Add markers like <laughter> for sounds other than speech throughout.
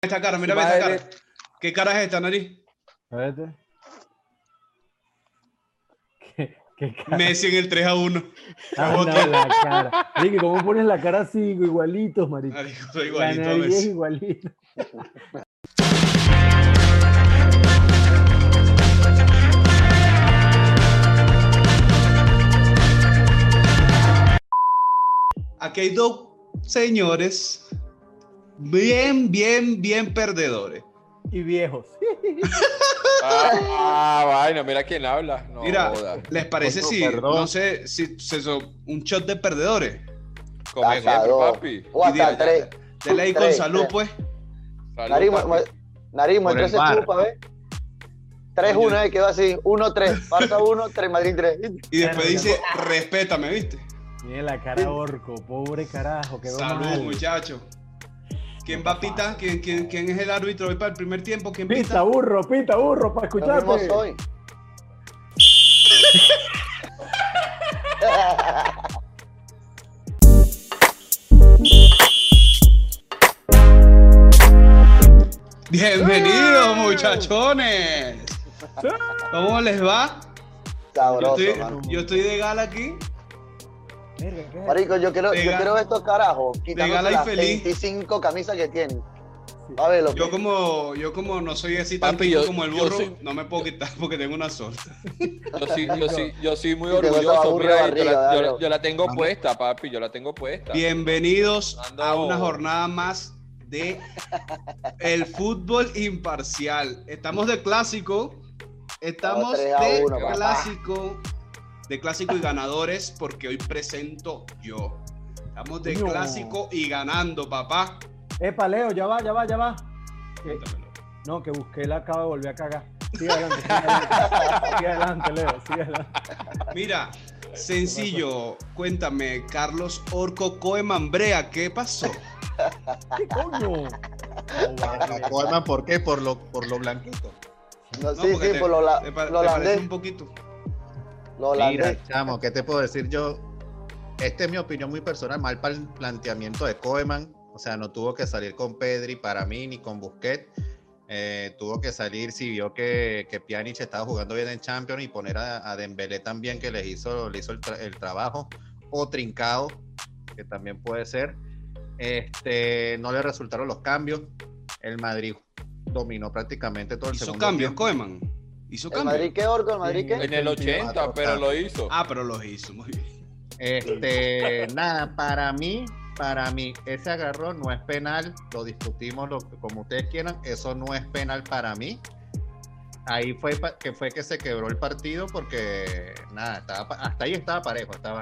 esta cara, mírame esta Madre. cara. ¿Qué cara es esta, nariz? Espérate. ¿Qué, qué cara? Messi en el 3 a 1. <laughs> Ah, no, la cara. Ricky, ¿cómo pones la cara así, igualitos, marico? Marico, soy La igualito a nariz es Messi. igualita. Aquí hay dos señores bien, bien, bien perdedores. Y viejos. Ah, vaina, mira quién habla. No, Mira, joda. ¿les parece Otro si, perdón. no sé, si se hizo un shot de perdedores? Como Hasta siempre, dos. papi. O Y diga, hasta tres. Dele ahí con Tres, salud, tres. pues. Salud, Nariz, mu- papi. mu- nariz, Por el muéstrese bar. tú para ver. 3-1, eh, quedó así. <laughs> 1-3, Barça 1, 3 Madrid 3. Y después Claro, dice, respétame, ¿viste? Tiene la cara orco, pobre carajo, quedó Salud, mal. muchachos. ¿Quién va a pitar? ¿Quién, quién, quién es el árbitro hoy para el primer tiempo? ¿Quién Pita pita? burro, pita burro, para Lo mismo escucharte. soy. Bienvenidos, muchachones. ¿Cómo les va? Yo Sabroso, mano. estoy, yo estoy de gala aquí. Verga, ¿qué? Marico, yo quiero, yo Legal. quiero ver estos carajos Legal quitándose y las feliz. 25 camisas que tienen. A verlo. Yo como, yo como no soy así tan Papi, pico yo- como el yo burro, soy- no me puedo quitar porque tengo una sola. Yo sí, yo sí, yo sí muy <laughs> Y te botaba orgulloso. burro Mira, de yo, la, barriga, yo la- dale. yo la tengo puesta, papi. Yo la tengo puesta. Bienvenidos a Ando- una Oh. jornada más de el fútbol imparcial. Estamos de clásico, estamos Vamos, tres a de uno, papá. clásico, de clásico y ganadores porque hoy presento yo. Estamos de Coño. clásico y ganando, papá. Epa, Leo, ya va, ya va, ya va. Que- Cuéntamelo. no, que busqué la acaba de volver a cagar. Sigue adelante, sigue adelante. Sigue adelante, Leo, sigue adelante. Mira, sencillo, cuéntame, Carlos Orco Coemambrea, ¿qué pasó? ¿Qué coño? No, vale. Coeman, ¿por qué? Por lo, por lo blanquito. No, No, sí, porque sí, te- por lo, la- ¿Te, pa- lo te parece holandés. un poquito? Lo holandés. Mira, chamo, ¿qué te puedo decir yo? Esta es mi opinión muy personal, mal para el planteamiento de Coeman. O sea, no tuvo que salir con Pedri para mí ni con Busquets. Eh, tuvo que salir si vio que, que Pjanic estaba jugando bien en Champions y poner a, a Dembélé también que les hizo, le hizo el, tra- el trabajo. O Trincado, que también puede ser. Este, no le resultaron los cambios. El Madrid dominó prácticamente todo el Hizo segundo cambios, tiempo. Coeman. Hizo ¿El cambios. Madrid qué, Orco? ¿El Madrid qué? En el 80, pero lo hizo. Ah, pero los hizo, muy bien. Este, nada, para mí, para mí, ese agarrón no es penal, lo discutimos lo, como ustedes quieran, eso no es penal para mí. Ahí fue pa- que fue que se quebró el partido porque nada, estaba pa- hasta ahí estaba parejo, estaba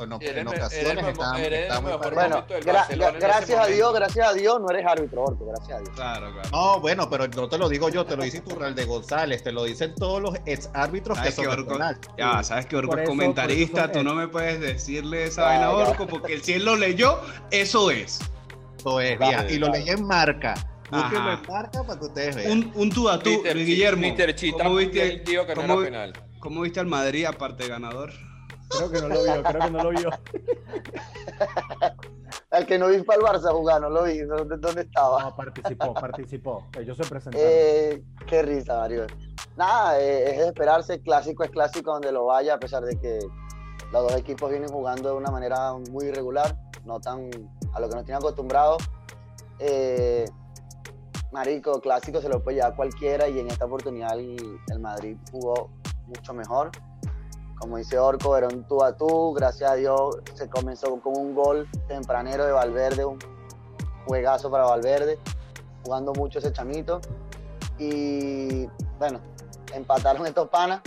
en, o- Eres en me- eres ocasiones memo- estaba, eres estaba muy mejor parejo. momento Bueno, del gra- Barcelona en ese gracias a Dios, momento. gracias a Dios, no eres árbitro, Orco, gracias a Dios. Claro, claro. No, bueno, pero no te lo digo yo, te lo dice de González, te lo dicen todos los ex árbitros que Sabes son que de Orco- penal. Ya, sabes que Orco Por es eso- comentarista, por eso son tú ex. no me puedes decirle esa Ah, vaina a ya. Orco, porque si él lo leyó, eso es. Eso es, Claro, vieja, y lo claro. leí en marca. Búsquenlo Ajá. en marca para que ustedes vean. Un, un tú a tú, Peter Luis Chi- Guillermo. Peter Chi ¿cómo, también viste, dijo que no cómo era vi- penal. cómo viste al Madrid aparte de ganador? Creo que no lo vio, creo que no lo vio. El que no vi para el Barça jugar, no lo vi, no- ¿dónde dónde estaba? No, participó, participó. Pues Ellos se presentaron. Eh, qué risa, Mario. Nada, eh, es de esperarse, clásico es clásico donde lo vaya, a pesar de que los dos equipos vienen jugando de una manera muy irregular, no tan a lo que nos tienen acostumbrados. Eh, marico, clásico se lo puede llevar cualquiera y en esta oportunidad el, el Madrid jugó mucho mejor. Como dice Orco, era un tú a tú, gracias a Dios se comenzó con un gol tempranero de Valverde, un juegazo para Valverde, jugando mucho ese chamito. Y bueno, empataron estos panas,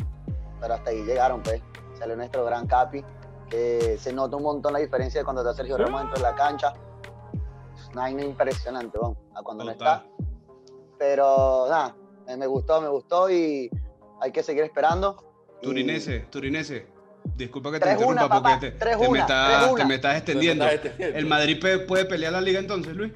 pero hasta ahí llegaron, pues. Salió nuestro gran Capi, que se nota un montón la diferencia de cuando está Sergio Ramos dentro de la cancha. Una vaina impresionante, vamos, a cuando no está Total. pero nada, me, me gustó, me gustó y hay que seguir esperando. Y- Turinese, Turinese. Disculpa que te 3-1, interrumpa papá, porque te, 3-1, te me estás, 3-1. te me estás extendiendo. El ¿El Madrid pe- puede pelear la liga entonces, Luis?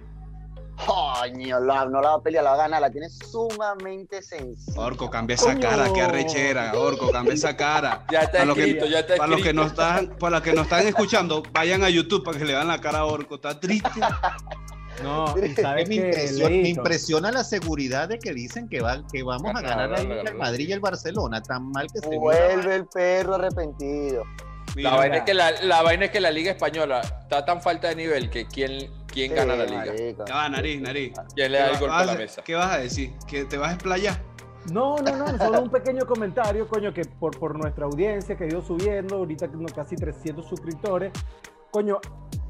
Coño, la- no la va a pelear, la va a ganar, la tiene sumamente sencilla. Orco, cambia esa cara, qué arrechera. Orco, cambia esa cara. <laughs> Ya está Para los que- escrito, ya está Para los que escrito. no están, para los que no están escuchando, vayan a YouTube para que le vean la cara a Orco. Está triste. No, Que ¿sabes me, qué, impresiona, me Leito? impresiona la seguridad de que dicen que, va, que vamos a Ganar, ganar la ganar, Liga, el ganar. Madrid y el Barcelona, tan mal que se vio la Vuelve el perro arrepentido. La vaina, es que la, la vaina es que la Liga Española está tan falta de nivel que quién, quién Sí, gana la Liga. marico. Ya va, nariz, nariz. ¿Quién le da el ¿Qué golpe a vas, la a- mesa? qué vas a decir? ¿Que te vas a explayar? No, no, no, solo un pequeño comentario, coño, que por, por nuestra audiencia que ha ido subiendo, ahorita no, casi 300 suscriptores, coño,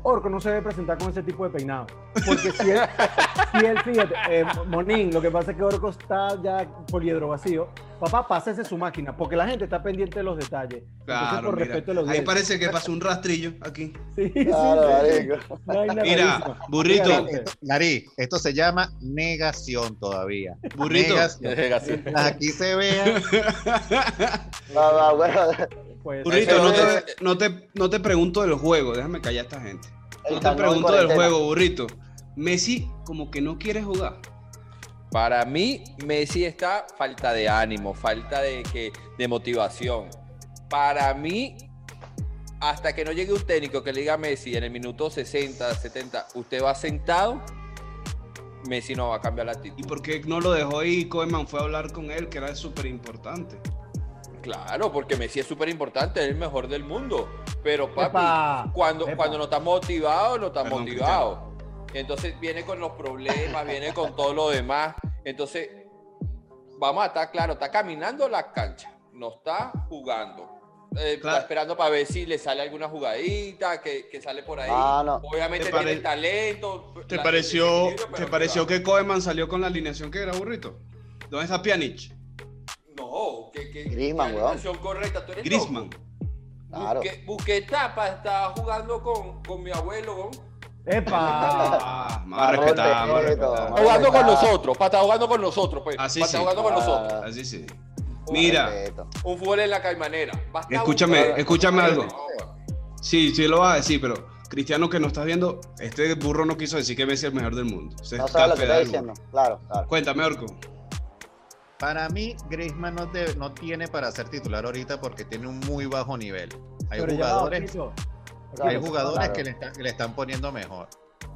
Orco no se debe presentar con ese tipo de peinado. Porque si él, si él, fíjate, eh, Monín, lo que pasa es que Orco está ya poliedro vacío. Papá, pásese su máquina, porque la gente está pendiente de los detalles. Entonces, Claro, por mira. respeto a la Ahí audiencia. parece que pasó un rastrillo aquí. Sí, sí, Claro, sí, marico. una vaina Mira, rarísima. burrito, Fíjate. Nariz, esto se llama negación todavía. burrito. Negación. <laughs> Aquí se vea. No, no, bueno, Pues, Burrito, no Eso te, no, te, no te pregunto del juego, déjame callar a esta gente. el No te canón pregunto del cuarentena. juego, burrito. Messi como que no quiere jugar. Para mí, Messi está falta de ánimo, falta de, que, de motivación. Para mí, hasta que no llegue un técnico que le diga a Messi en el minuto 60, 70, usted va sentado, Messi no va a cambiar la ¿Y actitud. por qué no lo dejó ahí? Koeman fue a hablar con él, que era súper importante. Claro, porque Messi es súper importante, es el mejor del mundo. Pero papi, Epa, cuando, epa. cuando no está motivado, no está Perdón, motivado. Entonces viene con los problemas, viene con todo lo demás. Entonces, vamos a estar claro, está caminando la cancha, no está jugando. Eh, Claro. Está esperando para ver si le sale alguna jugadita, que, que sale por ahí. Ah, no. Obviamente ¿Te tiene pare- talento. ¿Te la- pareció, desequilibrio, pero ¿te no pareció va. que Koeman salió con la alineación que era burrito? ¿Dónde está Pjanic? No, que... que Griezmann, que weón. alineación correcta, tú eres Griezmann. loco. Claro. Busque, Busquetapa está jugando con, con mi abuelo, weón. epa. Ah, más Marrón respetada, más respeto, respetada. marrón Jugando con respeto. nosotros, para estar jugando con nosotros, pues. Así para estar sí. jugando con Ah, nosotros. Así sí. con Mira, respeto. Un fútbol en la caimanera. Basta Escúchame, un- escúchame algo. No, sí, sí lo vas a decir, pero Cristiano, que no estás viendo, este burro no quiso decir que Messi es el mejor del mundo. Se No está sabes lo que está pedalando. diciendo. Claro, claro. Cuéntame, Orco. Para mí, Griezmann no, debe- no tiene para ser titular ahorita porque tiene un muy bajo nivel. Hay Pero ya va, jugadores, Orquito. hay Claro, jugadores claro. que le, están- que le están poniendo mejor.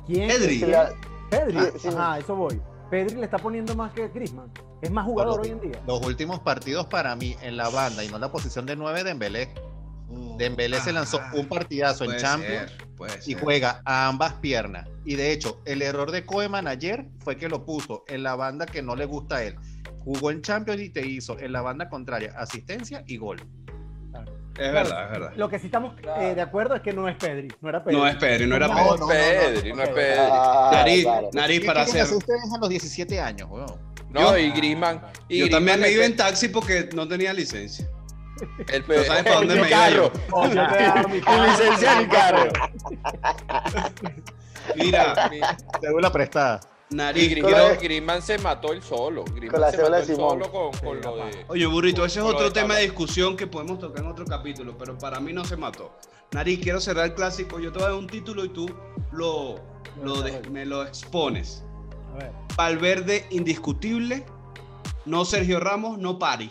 ¿Quién? Pedri. Sí, la- Pedri. Ah, sí. Ajá, eso voy. Pedri le está poniendo más que Griezmann. Es más jugador Por hoy lo- en día. Los últimos partidos para mí en la banda y no en la posición de 9 de Dembélé. Mm. Dembélé se lanzó Ah, un partidazo en Puede Champions ser, puede y ser. juega a ambas piernas. Y de hecho, el error de Koeman ayer fue que lo puso en la banda que no le gusta a él. Jugó en Champions y te hizo en la banda contraria asistencia y gol. Es verdad, es verdad. Lo que sí estamos Claro. eh, de acuerdo es que no es Pedri. No era Pues, Pedri. No es Pedri, no era No, Pedri. no, Pedri, no es Pedri. Ah, Eh, Nariz, claro. nariz ¿Qué para hacer. quieren hacer ustedes a los 17 años, weón? No, y Griezmann. y Yo Griezmann también me es iba el- en taxi porque no tenía licencia. El No sabes para dónde el me iba yo. carro. Oye, te da mi El licencia del carro. Mira, Cédula prestada. <laughs> Y nariz. Griezmann, Con la- Griezmann se mató el solo. Griezmann Con la se cebola mató de el Simón. solo con, con Sí, lo papá. de. Oye, burrito, ese es Con lo otro de tema Pablo. de discusión que podemos tocar en otro capítulo, pero para mí no se mató. Nariz, quiero cerrar el clásico. Yo te voy a dar un título y tú lo, lo des- me lo expones. A ver. Valverde indiscutible. No Sergio Ramos, no Pari.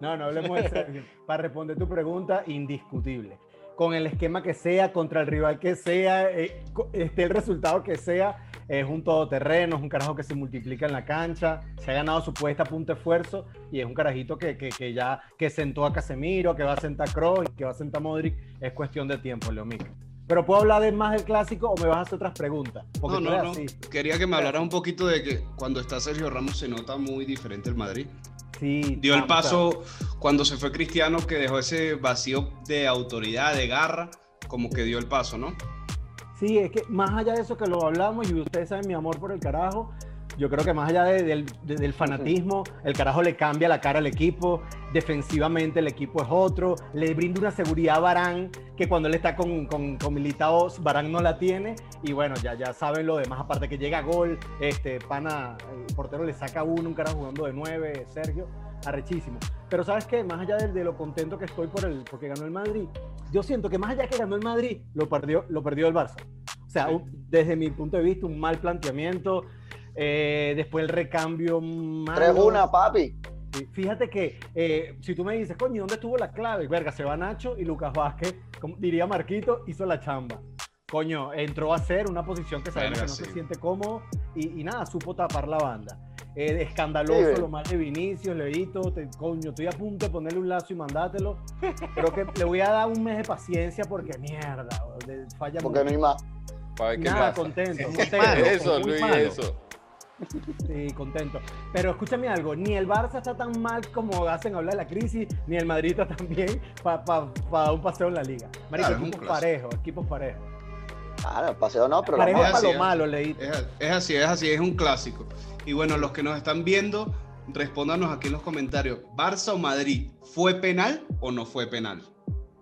No, no hablemos de Sergio. <laughs> Para responder tu pregunta, indiscutible. Con el esquema que sea, contra el rival que sea, eh, co- esté el resultado que sea, es un todoterreno, es un carajo que se multiplica en la cancha, se ha ganado su puesta a punto de esfuerzo y es un carajito que, que, que ya que sentó a Casemiro, que va a sentar a Kroos, que va a sentar a Modric. Es cuestión de tiempo, Leo Mico. Pero puedo hablar de más del clásico o me vas a hacer otras preguntas. Porque No, tú eres no, no. así. Quería que me hablaras un poquito de que cuando está Sergio Ramos se nota muy diferente el Madrid. Sí, Dio el chamo, o sea, paso cuando se fue Cristiano que dejó ese vacío de autoridad, de garra, como que dio el paso, ¿no? Sí, es que más allá de eso que lo hablamos y ustedes saben mi amor por el carajo, yo creo que más allá de- del, de- del fanatismo, el carajo le cambia la cara al equipo, defensivamente el equipo es otro, le brinda una seguridad a Barán que cuando él está con, con, con Militao, Barán no la tiene y bueno, ya, ya saben lo demás, aparte que llega gol, este, pana, el portero le saca uno, un carajo jugando de nueve, Sergio, arrechísimo. Pero sabes qué, más allá de, de lo contento que estoy por el, porque ganó el Madrid, yo siento que más allá que ganó el Madrid, lo perdió, lo perdió el Barça. O sea, un- desde mi punto de vista, un mal planteamiento. eh, después el recambio malo. 3-1, papi. Sí, Fíjate que eh, si tú me dices, coño, ¿dónde estuvo la clave? Verga, se va Nacho y Lucas Vázquez, como diría Marquito, hizo la chamba. coño, entró a hacer una posición que sabemos Verga, que sí. no se siente cómodo y, y nada, supo tapar la banda. Eh, escandaloso Sí. lo mal de Vinicius, Leito, te- coño, estoy a punto de ponerle un lazo y mandátelo. Creo que le voy a dar un mes de paciencia porque mierda, de- falla Porque no mucho. hay más. Para ver qué Nada, pasa. contento, Ah, contento. Eso, muy Luis, malo. eso. Sí, contento. Pero escúchame algo, ni el Barça está tan mal como hacen hablar de la crisis, ni el Madrid está tan bien para un paseo en la liga. Marico, Claro, es un equipos clásico. parejos, equipos parejos. Claro, paseo no, pero la Parejos vamos a moda. para lo hacer. malo, leí. Es, a- es así, es así, es un clásico. Y bueno, los que nos están viendo, respóndanos aquí en los comentarios. ¿Barça o Madrid? ¿Fue penal o no fue penal?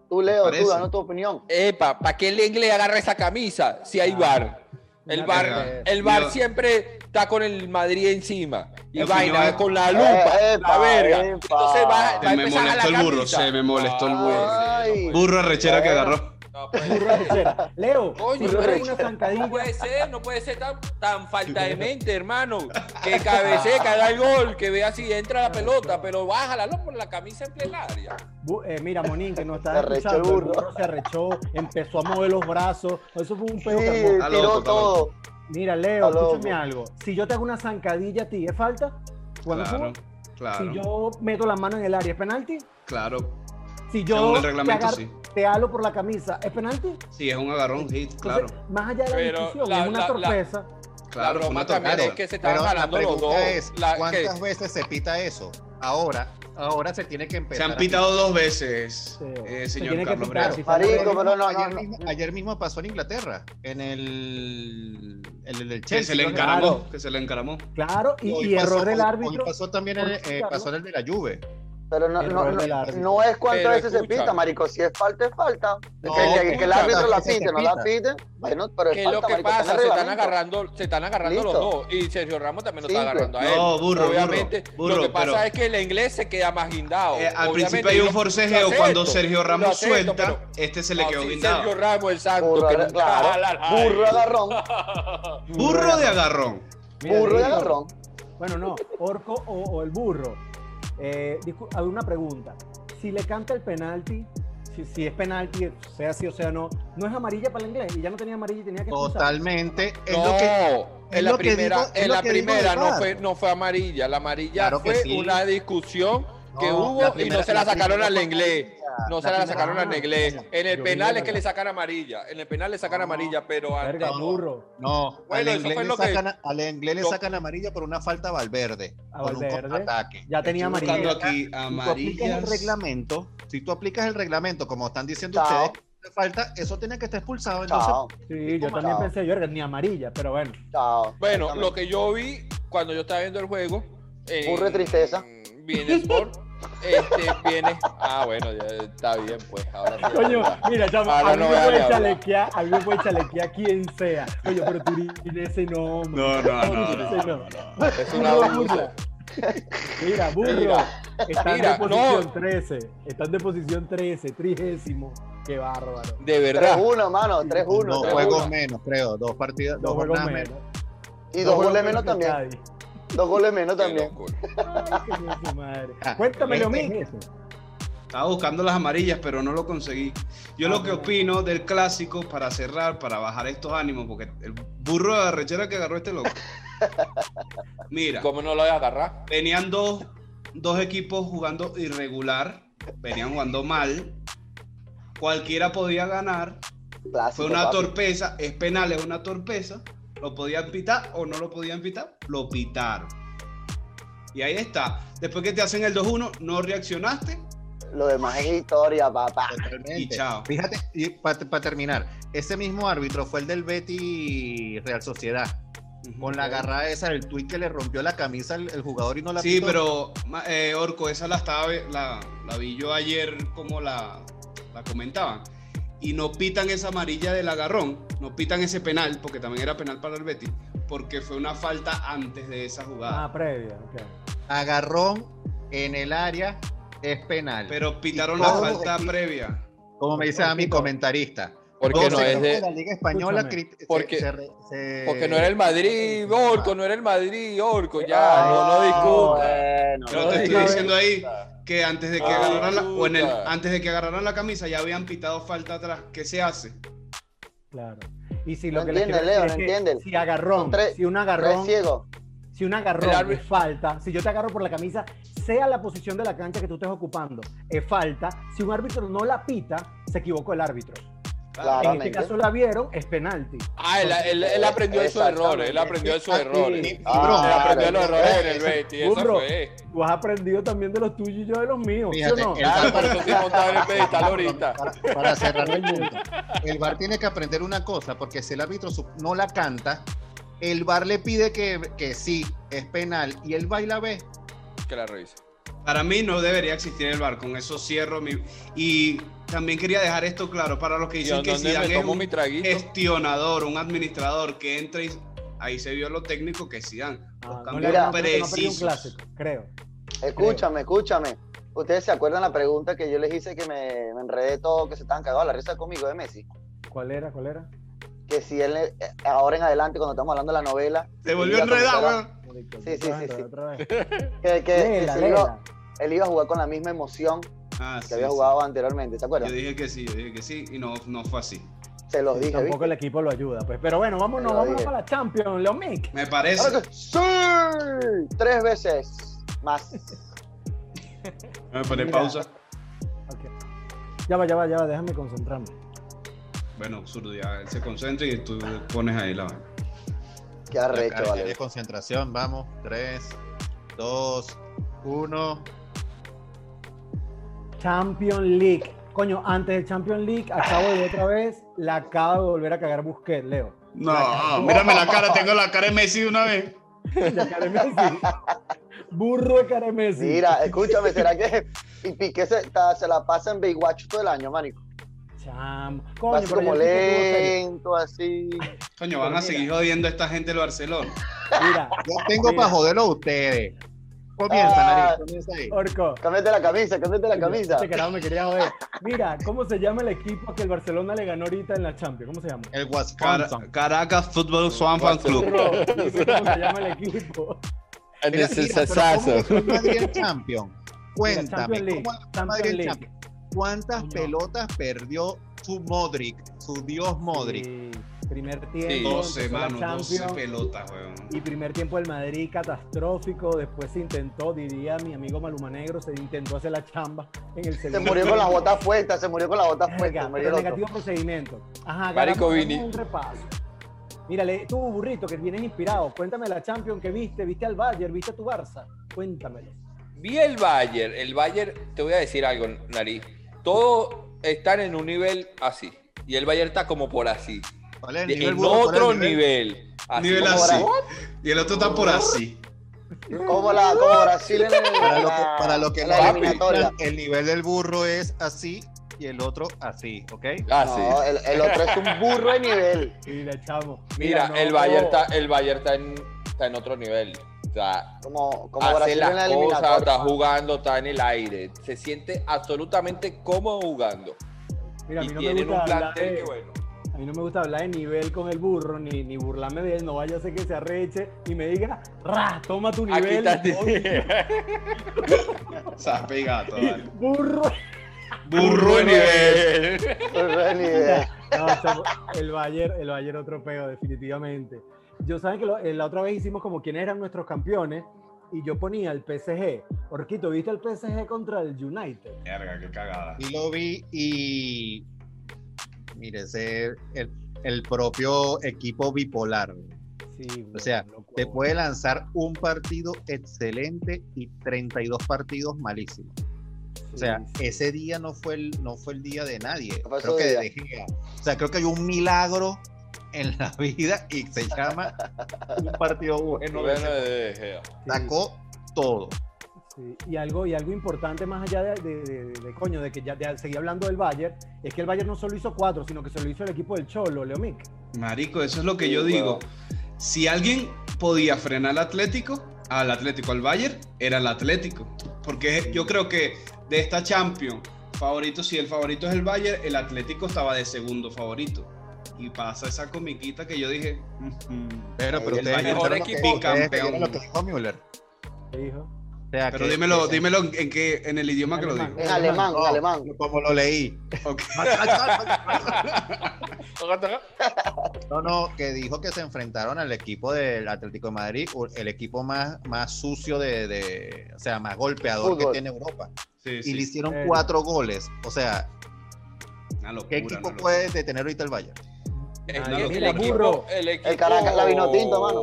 Tú, Leo, Parece. tú, danos tu opinión. Epa, ¿para qué el inglés agarra esa camisa si hay Ah, bar? El una bar, verga. el bar Yo- siempre está con el Madrid encima. Y Yo vaina, opino- con la lupa, Eh, epa, la verga. epa. Entonces va, va Se a me empezar a molestó la Ah. el burro, camisa. se me molestó el burro. sí, no puede Burro arrechera que Bueno. agarró. ser, no puede Burro ser. de cera. Leo, Coño, si tú eres Luis, una No zancadilla, puede ser, no puede ser tan, tan falta de mente, hermano. Que cabece, que haga el gol, que vea si entra la pelota, pero bájala no, por la camisa en plena área. bu- eh, mira, Monín, que no Se está arrechó escuchando, el el burro. burro se arrechó, empezó a mover los brazos. Eso fue un Sí, peo que armó. Está loco, tiró está todo. Mira, Leo, Está loco. escúchame algo. Si yo te hago una zancadilla a ti, ¿es falta? Cuando Claro, tú- claro, Si yo meto la mano en el área, ¿es penalti? claro. Si yo Según el te reglamento, agar- sí. te halo por la camisa, ¿es penalti? Entonces, Sí, es un agarrón hit, claro, más allá de la Pero discusión, la- es una la- la- torpeza. claro. la fue broma una también torpeza. es que se estaban Pero la jalando los dos. pregunta es, La- que- ¿cuántas veces se pita eso? Ahora, ahora se tiene que Se empezar. han a pitado dos veces, Sí. eh, Se señor tiene que Carlos pitar, Brea. si fue Marico, algo- pero no, no, ayer, no. mismo, ayer mismo pasó en Inglaterra, en el, en el del Que Chelsea. se le ¿no? encaramó, Claro. que se le encaramó. Claro, y, Hoy y pasó- error del hoy- árbitro. Hoy pasó también en el, eh, Claro. pasó en el de la Juve. Pero no, no, Error del no, árbitro. no es cuántas Pero veces se escúchame. pita, marico. Si es falta, es falta. No, que, que- que el escúchame, árbitro la que se pite, no la pita. pite. Bueno, pero es ¿Qué es falta, lo que marico, pasa? está en el Se están reglamento. agarrando, se están agarrando los Listo. dos. Y Sergio Ramos también lo está Simple. agarrando a él. No, burro, Obviamente, burro, burro, lo que pasa pero- es que el inglés se queda más guindado. Eh, al Obviamente, principio hay yo un lo- forcejeo. lo Cuando acepto, Sergio lo Ramos acepto, suelta, pero- este se le No, quedó sí, guindado. Sergio Ramos, el santo. Burro, que agar- nunca- claro. la- la- burro agarrón, Burro de agarrón. Mira, burro de Leo, agarrón. Bueno, no, orco o, o el burro. Eh, discu- hay una pregunta. Si le canta el penalti, si, si es penalti, sea sí o sea no, no es amarilla para el inglés. Y ya no tenía amarilla y tenía que expulsar. Totalmente. Es No, lo que es en la lo que primera, digo- es en lo la que digo primera del no VAR. fue, no fue amarilla. La amarilla Claro que fue sí. una discusión que No, hubo la y primera- no se la la sacaron primera al fue inglés. amarilla. No se La la primera- sacaron al Ah, inglés. coño. En el Yo vi penal la es que verdad. le sacan amarilla. En el penal le sacan No, amarilla, pero antes Verga, no. burro. No, Bueno, al eso inglés, fue le lo que- sacan, al inglés le lo- sacan amarilla por una falta a Valverde. A por un Valverde. contraataque. Ya tenía Estoy Buscando amarilla. buscando acá. aquí Si tú aplicas el amarillas. reglamento, si tú aplicas el reglamento, como están diciendo Chao. ustedes, que falta, eso tenía que estar expulsado. Entonces, Chao, Sí, yo Toma. también pensé, yo ni amarilla, pero bueno. chao. Bueno, lo que yo vi cuando yo estaba viendo el juego. en- Burro de tristeza. en Bien Sport. Este viene. Ah, bueno, ya está bien, pues. Ahora sí. Coño, mira, chamo, Ahora a mí Ah, no voy me a puede hablar. chalequear, a mí me puede chalequear quien sea. Oye, pero tú tienes ese nombre. No, no, no, no, Ese no, no. no. Es una burla. <laughs> Mira, burro. Mira, están mira, de posición no. 13. Están de posición 13, trigésimo. Qué bárbaro. De verdad. 3-1, mano, dos 3-1. juegos uno. menos, creo. Dos partidas, dos, Dos juegos jornadas menos. menos. Y dos goles juegos menos que también. Dos goles menos Qué también. loco. Cádiz. Ay, coño de su madre. Ah, Cuéntame, este- Leomín. Estaba buscando las amarillas, pero no lo conseguí. Yo lo que opino del clásico, para cerrar, para bajar estos ánimos, porque el burro de arrechera que agarró este loco. Mira, ¿Cómo no lo voy a agarrar? venían dos, dos equipos jugando irregular, venían jugando mal. Cualquiera podía ganar, Clásico, Fue una papi. torpeza, es penal, es una torpeza. Lo podían pitar o no lo podían pitar, lo pitaron. Y ahí está. Después que te hacen el 2-1, no reaccionaste. Lo demás es historia, papá. Totalmente. Y chao. Fíjate, y para terminar, ese mismo árbitro fue el del Betty Real Sociedad. Con la agarrada esa del tweet que le rompió la camisa al el jugador y no la Sí, pitó. pero ma- eh, Orco, esa la estaba ve- la, la vi yo ayer como la, la comentaban. Y no pitan esa amarilla del agarrón, no pitan ese penal, porque también era penal para el Betis, porque fue una falta antes de esa jugada. Ah, previa. ok. agarrón en el área es penal. Pero pitaron y la todo- falta previa. como me dice a mi Repito. comentarista. Porque no, Dos es equipos de, la Liga Española Escúchame, crit- se- porque- se re- se- porque no era el Madrid, Orco, no era el Madrid, Orco, ya, Ay, no, no discuta. Ah, bueno, Pero No, te estoy diga- diciendo ahí que antes de que Ah, agarraran la, o en el, puta. antes de que agarraran la camisa ya habían pitado falta atrás. ¿Qué se hace? Claro. Y si No lo que les entiende, quiero decir Leo, es no que entiende. Si agarrón, Son tres- si un Tres agarrón, ciegos. si un El agarrón árbitro- es falta, si yo te agarro por la camisa, sea la posición de la cancha que tú estés ocupando, es falta. Si un árbitro no la pita, se equivocó el árbitro. Claro. En Claramente. este caso la vieron, es penalti. Ah, él, él- él aprendió de sus errores. Él aprendió de sus errores. Él Ah, aprendió de los claro. errores en el Betis. Eso Burro. fue. Tú has aprendido también de los tuyos y yo de los míos. ¿sí o Fíjate, no? el Claro, bar- por eso estoy montado en el pedestal ahorita. Para, para cerrar el punto. El VAR tiene que aprender una cosa, porque si el árbitro su- no la canta, el VAR le pide que, que sí, es penal, y él va y la ve. Que la revise. Para mí no debería existir el bar, con eso cierro mi... Y también quería dejar esto claro, para los que Y dicen que donde me Zidane es tomo un mi traguito. gestionador, un administrador que entra y ahí se vio lo técnico que es Zidane. Ah, Los no cambios le ganó, creo que no perdió un precisos. clásico, creo. Escúchame, escúchame. ¿Ustedes se acuerdan la pregunta que yo les hice que me, me enredé todo, que se estaban cagados a la risa conmigo de Messi? ¿Cuál era? ¿Cuál era? Que si él, eh, ahora en adelante, cuando estamos hablando de la novela, se volvió Iba a enredado, comenzar a- weón. Marico, Sí, sí, otra sí, vez, sí. otra vez. que, que- que Léela, si él, iba, léela. él iba a jugar con la misma emoción que Ah, sí, había sí. jugado anteriormente, ¿se acuerdan? Yo dije que sí, yo dije que sí, y no, no fue así. Se los dije, Tampoco ¿viste? el equipo lo ayuda, pues. Pero bueno, vámonos, Lo vámonos dije. para la Champions, Leo Mick. Me parece. Claro que sí, tres veces más. Me pone Mira. pausa. Ok. Ya va, ya va, ya va, déjame concentrarme. Bueno, absurdo, ya él se concentra y tú pones ahí la vaina. Qué La arrecho, carga vale. de concentración, vamos. Tres, dos, uno. Champions League. Coño, antes del Champions League, acabo de otra vez, la acabo de volver a cagar Busquets, Leo. <laughs> No, mírame la cara, tengo la cara de Messi de una vez. La cara de <laughs> Messi. Burro de cara de Messi. Mira, escúchame, ¿será que <laughs> y Piqué se, ta- se la pasa en Baywatch todo el año, manico? Chamo. Va Coño, así pero ya el como tipo tuvo serie. lento, así. Coño, van a seguir jodiendo a esta gente del Barcelona. Mira, Yo tengo Ah, Mira. para joderlo a ustedes. Comienza, Ah. Nariz, comienza ahí. Orco. Cámbiate la camisa, cámbiate la camisa. Este carajo me quería joder. Mira, ¿cómo se llama el equipo que el Barcelona le ganó ahorita en la Champions? ¿Cómo se llama? El Cara- Wisconsin. Caracas Football Swan Fan Club. Burro, dime ¿Cómo se llama el equipo? En Mira, el mira, pero ¿cómo sensazo. ganó el Madrid el <laughs> champion? Mira, Cuéntame, Champions League, ¿cómo ganó el Champions Madrid el League. champion? ¿Cuántas Coño. pelotas perdió su Modric, su dios Modric? Sí, primer tiempo. 12, empezó la mano, 12 Champions, pelotas, weón. Y primer tiempo del Madrid catastrófico. Después se intentó, diría mi amigo Maluma Negro, se intentó hacer la chamba en el Se segundo. murió con las botas puestas, se murió con las botas Verga, puestas. murió pero el otro. negativo procedimiento. Ajá, Marico ganamos, Vini. ganamos un repaso. Mírale, tú, burrito, que vienes inspirado. Cuéntame la Champions que viste. ¿Viste al Bayern? ¿Viste a tu Barça? Cuéntamelo. Vi el Bayern. El Bayern, te voy a decir algo, Nariz. Todos están en un nivel así. Y el Bayern está como por así. ¿Cuál es el nivel, En burro? ¿Cuál es el otro nivel. Así Nivel como- así. Y el otro está por así. Como, la, como Brasil en el, Para lo que, para lo que en no Ah, la papi. eliminatoria. escuchan, el nivel del burro es así y el otro así, ¿ok? Así. No, el, el otro es un burro de nivel. Mira, chamo. Mira, no. el Bayern, está, el Bayern está, en, está en otro nivel. O sea, Como, como hace Brasil en la las cosas, eliminatoria. está <laughs> jugando, está en el aire. Se siente absolutamente cómodo jugando. Mira, a y mí no me tienen gusta un hablar plantel de- que bueno. A mí no me gusta hablar de nivel con el burro, ni, ni burlarme de él. No vaya a ser que se arreche y me diga, ¡ra! Toma tu Aquí nivel. está. Sape y gato, vale. burro. Burro de nivel. Burro <laughs> de nivel. No, chamo, el Bayern, el Bayern otro peo, definitivamente. Yo saben que lo- eh, la otra vez hicimos como quiénes eran nuestros campeones y yo ponía el PSG. Orquito, ¿viste el PSG contra el United? Verga, qué cagada. Y lo vi y. Mire, ese es el, el propio equipo bipolar. Sí. O sea, weón, loco. Te puede lanzar un partido excelente y 32 partidos malísimos. O sea, Sí, sí. ese día no fue el, no fue el día de nadie. No fue Creo su que de día. De Gea. O sea, creo que hay un milagro en la <laughs> vida y se llama un partido bueno. Bueno, de De Gea. Ah, Sacó todo. Sí, Y, algo, y algo importante más allá de, de- de- de coño, de que ya de- seguí hablando del Bayern, es que el Bayern no solo hizo cuatro, sino que se lo hizo el equipo del Cholo, Leomic. Marico, eso es lo que Sí, yo digo. weón. Si alguien podía frenar al Atlético, al Atlético, al Bayern, era el Atlético. Porque yo creo que de esta Champions, favorito, si el favorito es el Bayern, el Atlético estaba de segundo favorito. Y pasa esa comiquita que yo dije, "Mm, mm". Pero, pero El ustedes Bayern escucharon mejor lo que- equipo. ustedes escucharon Bicampeón. lo que dijo Müller. ¿Qué dijo? sea, Pero Ah, que- dímelo, que- dímelo en, en qué, en el idioma que lo Alemán. digo. En alemán, en Oh, No, alemán. Como lo leí. <laughs> Ok. No, no, que dijo que se enfrentaron al equipo del Atlético de Madrid, u- el equipo más, más sucio de, de- o sea, más golpeador que Fútbol. tiene Europa. Sí, Y le sí. hicieron Eh. cuatro goles. O sea, Una locura, ¿qué una equipo locura. puede detener ahorita el Bayern? Es Nadie que mira, equipo- burro. el equipo Caracas, la vino tinto, mano.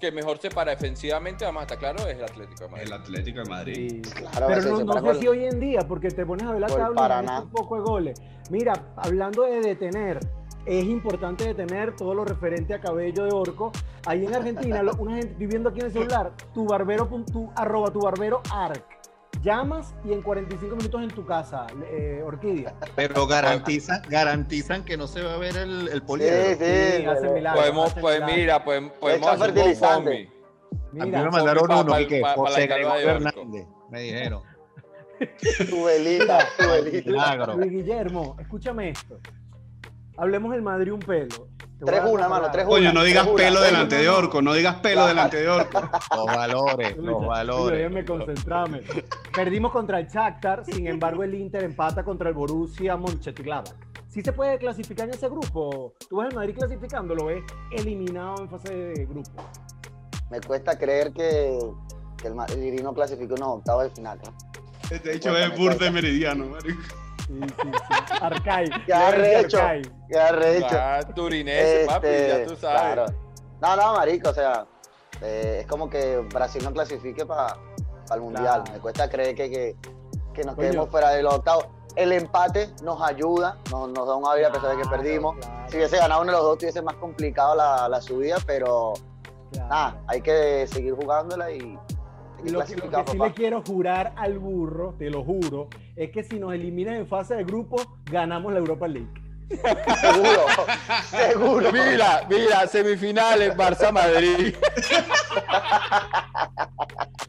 Que mejor se para defensivamente, vamos a estar claro, es el Atlético de Madrid. El Atlético de Madrid. Sí. Claro, Pero ese no, se no para sé gol. si hoy en día, porque te pones a ver la Gol tabla y Paraná. ves un poco de goles. Mira, hablando de detener, es importante detener todo lo referente a cabello de orco. Ahí en Argentina, lo- una gente viviendo aquí en el celular, tu barbero, pun- tu, arroba tu barbero arc. Llamas y en 45 minutos en tu casa, eh, Orquídea. Pero garantizan, garantizan que no se va a ver el, <laughs> el Sí, poliedro. sí. hace bro. milagros, Podemos, hace pues milagros. mira, podemos, podemos hacer un fertilizante. GoFundMe. A mí me Mira, mandaron pa- uno, pa- Quique, pa- pa- José la cara de Gregorio orco. Hernández. Me dijeron. <laughs> Tu velita, tu velita. Milagro. Luis Guillermo, escúchame esto. Hablemos del Madrid un pelo. Te voy a dar 3-1, la mano, palabra. 3-1. Coño, no digas Segura, pelo segura. delante de Orco, no digas pelo Claro. delante de Orco. Los valores, los valores. Déjame concentrarme. Perdimos contra el Shakhtar, sin embargo el Inter empata contra el Borussia Mönchengladbach. Sí se puede clasificar en ese grupo. Tú ves el Madrid clasificando, lo ves eliminado en fase de grupo. Me cuesta creer que, que el Madrid no clasificó unos octavos de final. ¿no? Este hecho es burda de meridiano, marico. Sí, sí, sí. <laughs> Arcay. Qué Levante arrecho. Arcay. Qué arrecho. Ah, turinense, papi, ya tú Este, sabes. claro. No, no, marico, o sea, eh, es como que Brasil no clasifique para el Mundial. Claro. Me cuesta creer que, que, que nos Coño. quedemos fuera de los octavos. El empate nos ayuda, nos, nos da un aire a pesar de que Claro, perdimos. claro, Si hubiese ganado uno de los dos, hubiese más complicado la, la subida, pero claro. nada, hay que seguir jugándola y, hay Y lo que, que lo que clasificar, sí papá. le quiero jurar al burro, te lo juro, es que si nos eliminan en fase de grupo, ganamos la Europa League. <laughs> Seguro, seguro. Mira, mira, semifinales, Barça Madrid.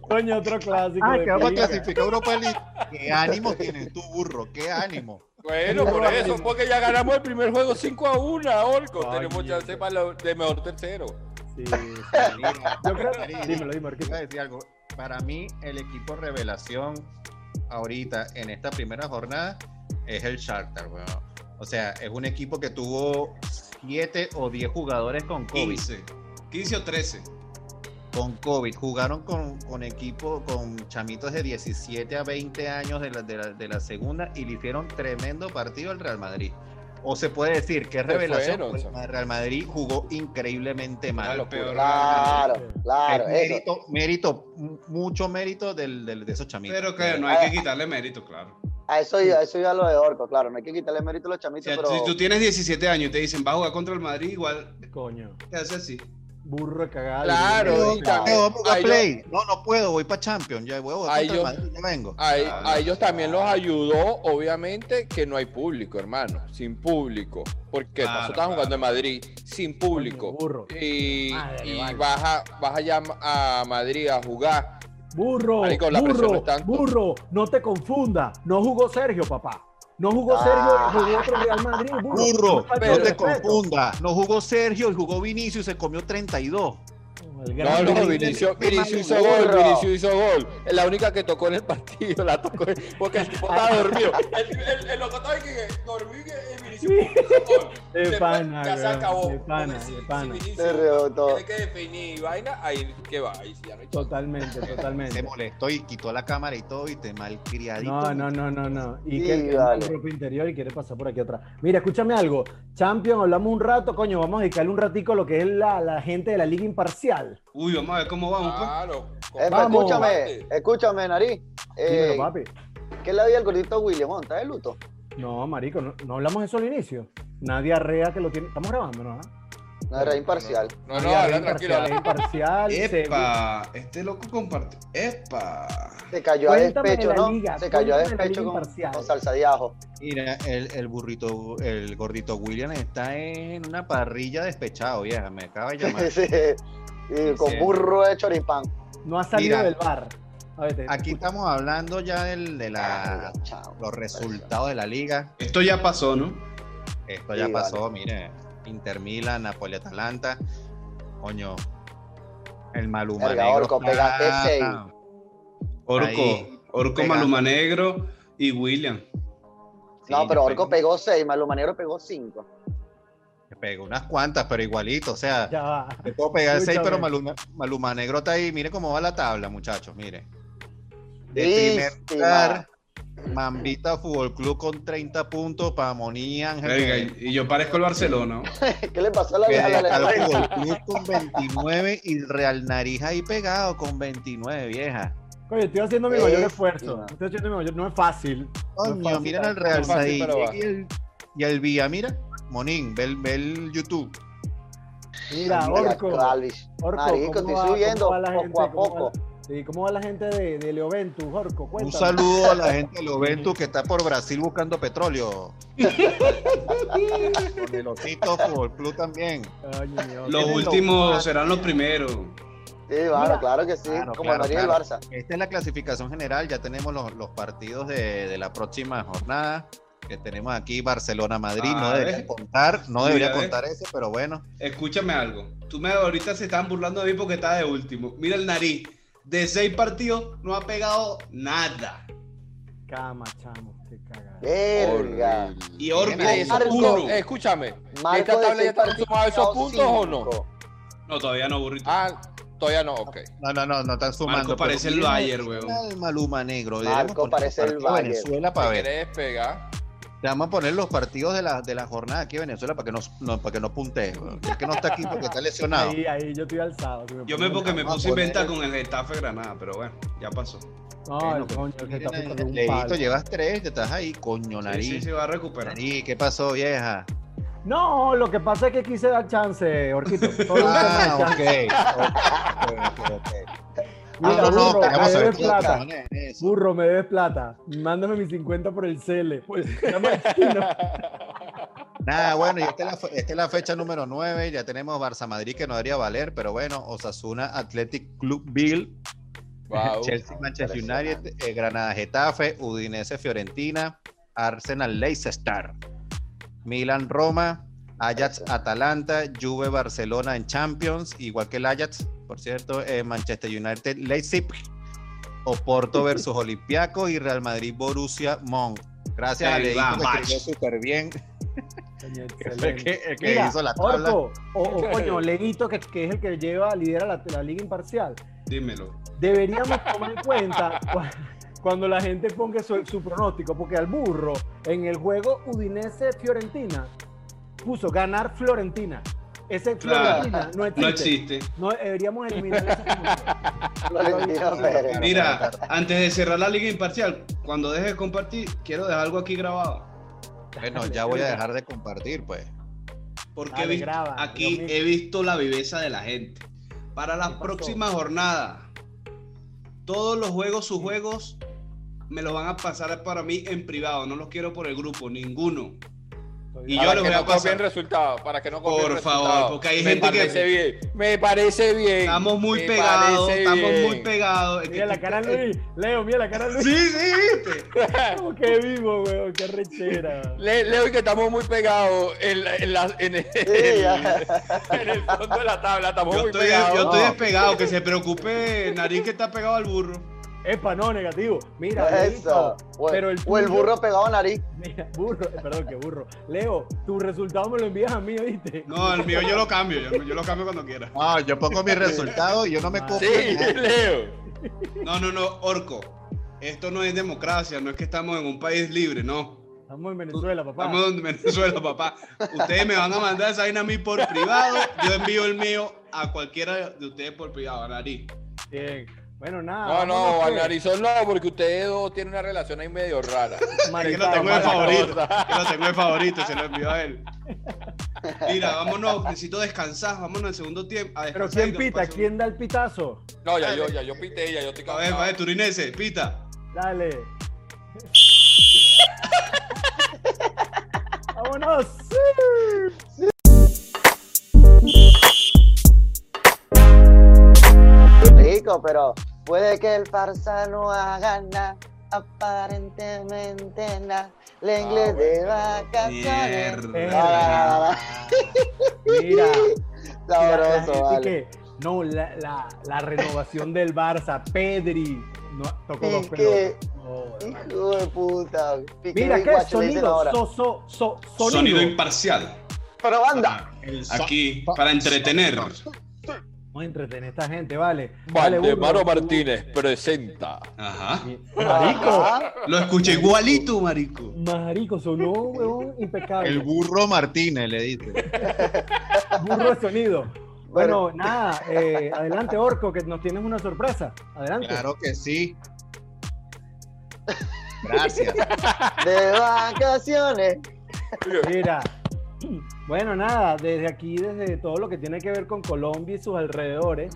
Coño, otro clásico. Ah, de que vamos a película. clasificar a Europa League. ¿Qué ánimo tienes tú, burro? ¿Qué ánimo? Bueno, por eso, porque ya ganamos el primer juego 5 a 1, Orco. Coño. Tenemos chance para lo- de mejor tercero. Sí, sí. Mira, Yo creo- Mira, dímelo, dímelo, te iba a Arquita. decir algo. Para mí, el equipo revelación ahorita en esta primera jornada es el Shakhtar, weón. O sea, es un equipo que tuvo 7 o 10 jugadores con COVID. 15. 15 o 13. Con COVID. Jugaron con, con equipo, con chamitos de 17 a 20 años de la, de la- de la segunda y le hicieron tremendo partido al Real Madrid. O se puede decir que es Se revelación. fueron, porque o sea. el Real Madrid jugó increíblemente mal. Era el peor. Claro, claro. Es eh, eso. mérito, mérito, m- mucho mérito del, del- de esos chamitos. Pero que no hay que quitarle mérito, claro. A eso iba, a eso iba lo de Orco, claro. No hay que quitarle mérito a los O chamitos, sea, pero... si tú tienes 17 años y te dicen, va a jugar contra el Madrid, igual Coño, te hace así. burro de cagada. Claro, Burro de Ay, cagada. también. voy a jugar Ay, yo- Play. No, no puedo, voy para Champions. Ya, voy a jugar Ay, contra el yo- Madrid, ya vengo. A, e- Ah, a ellos también los ayudó, obviamente, que no hay público, hermano. Sin público. Porque Claro, nosotros estamos claro. jugando en Madrid, sin Coño, público. burro. Y, Madre, y vale. vas, a, vas allá a Madrid a jugar. Burro, Marico, la presión burro, es tanto. burro, no te confunda. No jugó Sergio, papá. No jugó Ah. Sergio, jugó otro Real Madrid. Burro, Burro, falta no de te respeto. confundas. No jugó Sergio y jugó Vinicius y se comió 32. No, El gran no, Madrid. Vinicius, Qué Vinicius hizo maluco. gol, Vinicius hizo gol. Es la única que tocó en el <laughs> partido, la tocó porque el tipo estaba <laughs> dormido. El, el, el loco estaba ahí que dormí y Vinicius hizo gol. De Después pana, ya se weón, acabó. de pana, Porque de pana. Vinicius Se rebotó. Tiene que definir vaina, ahí que va, ahí sí ya no hay chance. Totalmente, Se totalmente. molestó y quitó la cámara y todo y te malcriadito. No, no, no, no, no. Y Sí, que que vale. el propio interior y quiere pasar por aquí atrás. Mira, escúchame algo. Champions, hablamos un rato, coño, vamos a dedicarle un ratico a lo que es la, la gente de la liga imparcial. Uy, vamos a ver cómo vamos, pues. Claro. Eh, pero Vamos. escúchame, escúchame, Nariz. Eh, Dímelo, papi. ¿Qué le había al gordito William? ¿Está de luto? No, marico, no, no hablamos de eso al inicio. Nadie arrea que lo tiene. Estamos grabando, ¿no? No era imparcial. No, no, habla tranquilo. Imparcial, habla. Ah, imparcial. seguro. Epa, este loco comparte. Epa. Se cayó a Cuéntame despecho, de la ¿no? liga, Se cayó a cuéntame de la despecho liga con, imparcial. con salsa de ajo. <laughs> Mira, el, el burrito, el gordito William está en una parrilla despechado, vieja. Me acaba <laughs> de llamar. Sí. Y con Sí. burro de choripán. No ha salido Mira. del bar. A ver, te- Aquí escucha. estamos hablando ya del, de la, Ah, Chao. los resultados de la liga. Esto ya pasó, ¿no? Esto Sí, ya vale. pasó, mire. Inter Milan, Napoli, Atalanta. Coño. El Maluma Verga, negro Orco, está- pégate seis. Orco, Ahí, Orco pegando. Malumanegro y William. Sí, no, pero yo Orco pego- pegó 6, Malumanero pegó 5. Pegó unas cuantas, pero igualito, o sea, Ya va. te puedo pegar seis, pero Escúchame. Maluma, Maluma Negro está ahí. Mire cómo va la tabla, muchachos, mire. De Tristima. primer lugar, Mambita Fútbol Club con 30 puntos para Moni Ángel. Verga, que- y y yo parezco el Barcelona. ¿no? <laughs> ¿Qué le pasó a la que vieja? deja La- al la- Fútbol Club con 29 y el Real Nariz ahí pegado con 29, vieja. Coño, estoy haciendo mi mayor Eh, esfuerzo. no. Estoy haciendo mi mayor. No es fácil. No es Coño, fácil, miren tal. al Real No es fácil, Saí. pero va. Y el, y el Villa, mira. Monín, ve, el- ve el YouTube. Mira, la- la- Orco. Calvis. Orco, Marico, ¿cómo estoy va- subiendo cómo va la gente? poco a ¿Cómo va- poco. Sí, ¿cómo va la gente de, de Leo Ventus, Orco? Cuéntame. Un saludo a la gente de Loventus que está por Brasil buscando petróleo. Con el Osito Fútbol Club también. Coño, mi Los Orco. Tienen lo últimos más. serán los primeros. Sí, claro, Mira. claro que sí. Claro, como el claro, Madrid y el claro. Barça. Esta es la clasificación general. Ya tenemos los, los partidos de, de la próxima jornada. Que tenemos aquí Barcelona-Madrid. Ah, no ¿ves? debería contar, no debería Mira, ¿ves? contar eso, pero bueno. Escúchame algo. Tú me ahorita se están burlando de mí porque está de último. Mira el nariz. De seis partidos no ha pegado nada. Cama, chamo. Qué cagada. Verga. Y Orco, Tiene eso, uno. Marco, eh, escúchame, ¿esta Marco de tabla ya seis está partidos, sumado esos no, puntos o no? cinco. No, todavía no, burrito. Ah, todavía no, ok. No, no, no, no están sumando. Marco parece pero el miren Bayern, el weón. Maluma Negro. Marco Deberíamos poner parece los el partidos de Bayern. Venezuela para ¿Te ver. querés pegar? Te vamos a poner los partidos de la, de la jornada aquí en Venezuela para que no, no, para que no puntees. weón. Es que no está aquí porque está lesionado. Ahí, ahí, yo estoy alzado. si Yo me pongo- porque me Vamos a puse en poner- venta con el Getafe Granada, pero bueno, ya pasó. No, Bueno, el pero coño, el miren, Getafe cogió un Leito, palo. llevas tres, te estás ahí, coño, Sí, nariz. sí, se va a recuperar. Nariz, ¿qué <laughs> pasó, vieja? No, lo que pasa es que quise dar chance, Orquito. <laughs> Solo Ah, quise dar chance. ok. ok, ok, ok. Mira, Ah, no, no, burro, pero me vamos a ver debes cómo plata. cojones es eso. Burro, me debes plata. Mándame mis 50 por el Cele. <laughs> Pues, llama al chino. Nada, bueno, y esta es, la, fe- esta es la fecha número 9. Ya tenemos Barça Madrid que no debería valer, pero bueno, Osasuna Athletic Club Bill, <laughs> Wow. Chelsea Manchester United, eh, Granada Getafe, Udinese Fiorentina, Arsenal Leicester, Milan Roma, Ajax Atalanta, Juve Barcelona en Champions, igual que el Ajax, por cierto, eh, Manchester United Leipzig, Oporto versus Olympiacos y Real Madrid Borussia Monk. Gracias a El Leito que Bambach. escribió súper bien. Coño, que excelente. fue el que, el que Mira, hizo la tabla. Orco, o, <laughs> o coño, Leguito, que, que es el que lleva, lidera la, la liga imparcial. Dímelo. Deberíamos tomar en cuenta <laughs> cua- cuando la gente ponga su, su pronóstico, porque al burro, en el juego Udinese-Fiorentina, puso ganar Florentina. Ese Claro, Florentina no existe. No existe. No, deberíamos eliminar esa comunidad. Florentino Pérez. Mira, antes de cerrar la liga imparcial, cuando dejes de compartir, quiero dejar algo aquí grabado. Bueno, ya voy a dejar de compartir, pues. Porque he Dale, visto- graba, aquí Dios mío. he visto la viveza de la gente. Para ¿Qué las pasó? próximas jornadas, todos los juegos, sus juegos, me los van a pasar para mí en privado. No los quiero por el grupo, ninguno. Y yo para les que voy a no copien pasar. resultado, para que no copien Por resultado. favor, porque hay me gente parece que bien, me parece bien. estamos muy me pegados, parece estamos bien. muy pegados. <laughs> Es que Mira la tú- cara de Luis. Leo, mira la cara de Luis. Sí, sí, viste. Como que vivo, weón. Qué rechera. Le- Leo, que estamos muy pegados en, la- en la- en el, Sí, ya. en el fondo de la tabla, estamos Yo muy estoy, pegados. yo estoy No. despegado, que se preocupe Nariz que está pegado al burro. Epa, no, negativo. Mira, <laughs> Eso. Leito, O, pero el o el tuyo- burro pegado a nariz. Mira, burro, eh, perdón, que burro. Leo, tu resultado me lo envías a mí, ¿viste? No, el mío yo lo cambio, yo, yo lo cambio cuando quiera. Ah, yo pongo mi resultado y yo no me copio. Sí, nada. Leo. No, no, no, Orco. Esto no es democracia, no es que estamos en un país libre, no. Estamos en Venezuela, papá. Estamos en Venezuela, papá. Ustedes me van a mandar esa vaina a mí por privado. Yo envío el mío a cualquiera de ustedes por privado, a Nariz. Bien. Bueno, No, nada. pues. no, al narizón no, porque ustedes dos tienen una relación ahí medio rara. Es que lo tengo de mala favorito. cosa. Yo lo tengo de favorito, se lo envío a él. Mira, vámonos, necesito descansar. Vámonos al segundo tiempo. A Pero descansar y ¿quién nos pita? pasamos. ¿Quién da el pitazo? No, ya yo, ya yo pité, ya yo estoy A ver, cansado. a ver, Turinese, pita. Dale. <laughs> Vámonos. <laughs> Sí. Rico, pero puede que el farsa no haga nada. Aparentemente nada. La inglés de bueno. vacaciones. Eh, Mierda. Mira. la- la Sabroso, gente vale. que- no, la, la- la renovación del Barça, Pedri, No, tocó dos Pique, pelotas. Joder, vale. hijo de puta. Pique Mira, Big ¿qué? Guacho, le dicen Sonido, ahora. so, so, so- sonido. Sonido imparcial. Pero banda, Para- Aquí, para entretener. Vamos a entretener a esta gente, vale. Dale, Valdemaro burro. Martínez presenta. Ajá. Marico, Ajá. Lo escuché igualito, marico. marico, sonó, huevón, impecable. El burro Martínez le dice. burro de sonido. Bueno, nada, eh, adelante, Orco, que nos tienes una sorpresa. Adelante. Claro que sí. <laughs> Gracias. de vacaciones. Mira. Bueno, nada, desde aquí, desde todo lo que tiene que ver con Colombia y sus alrededores,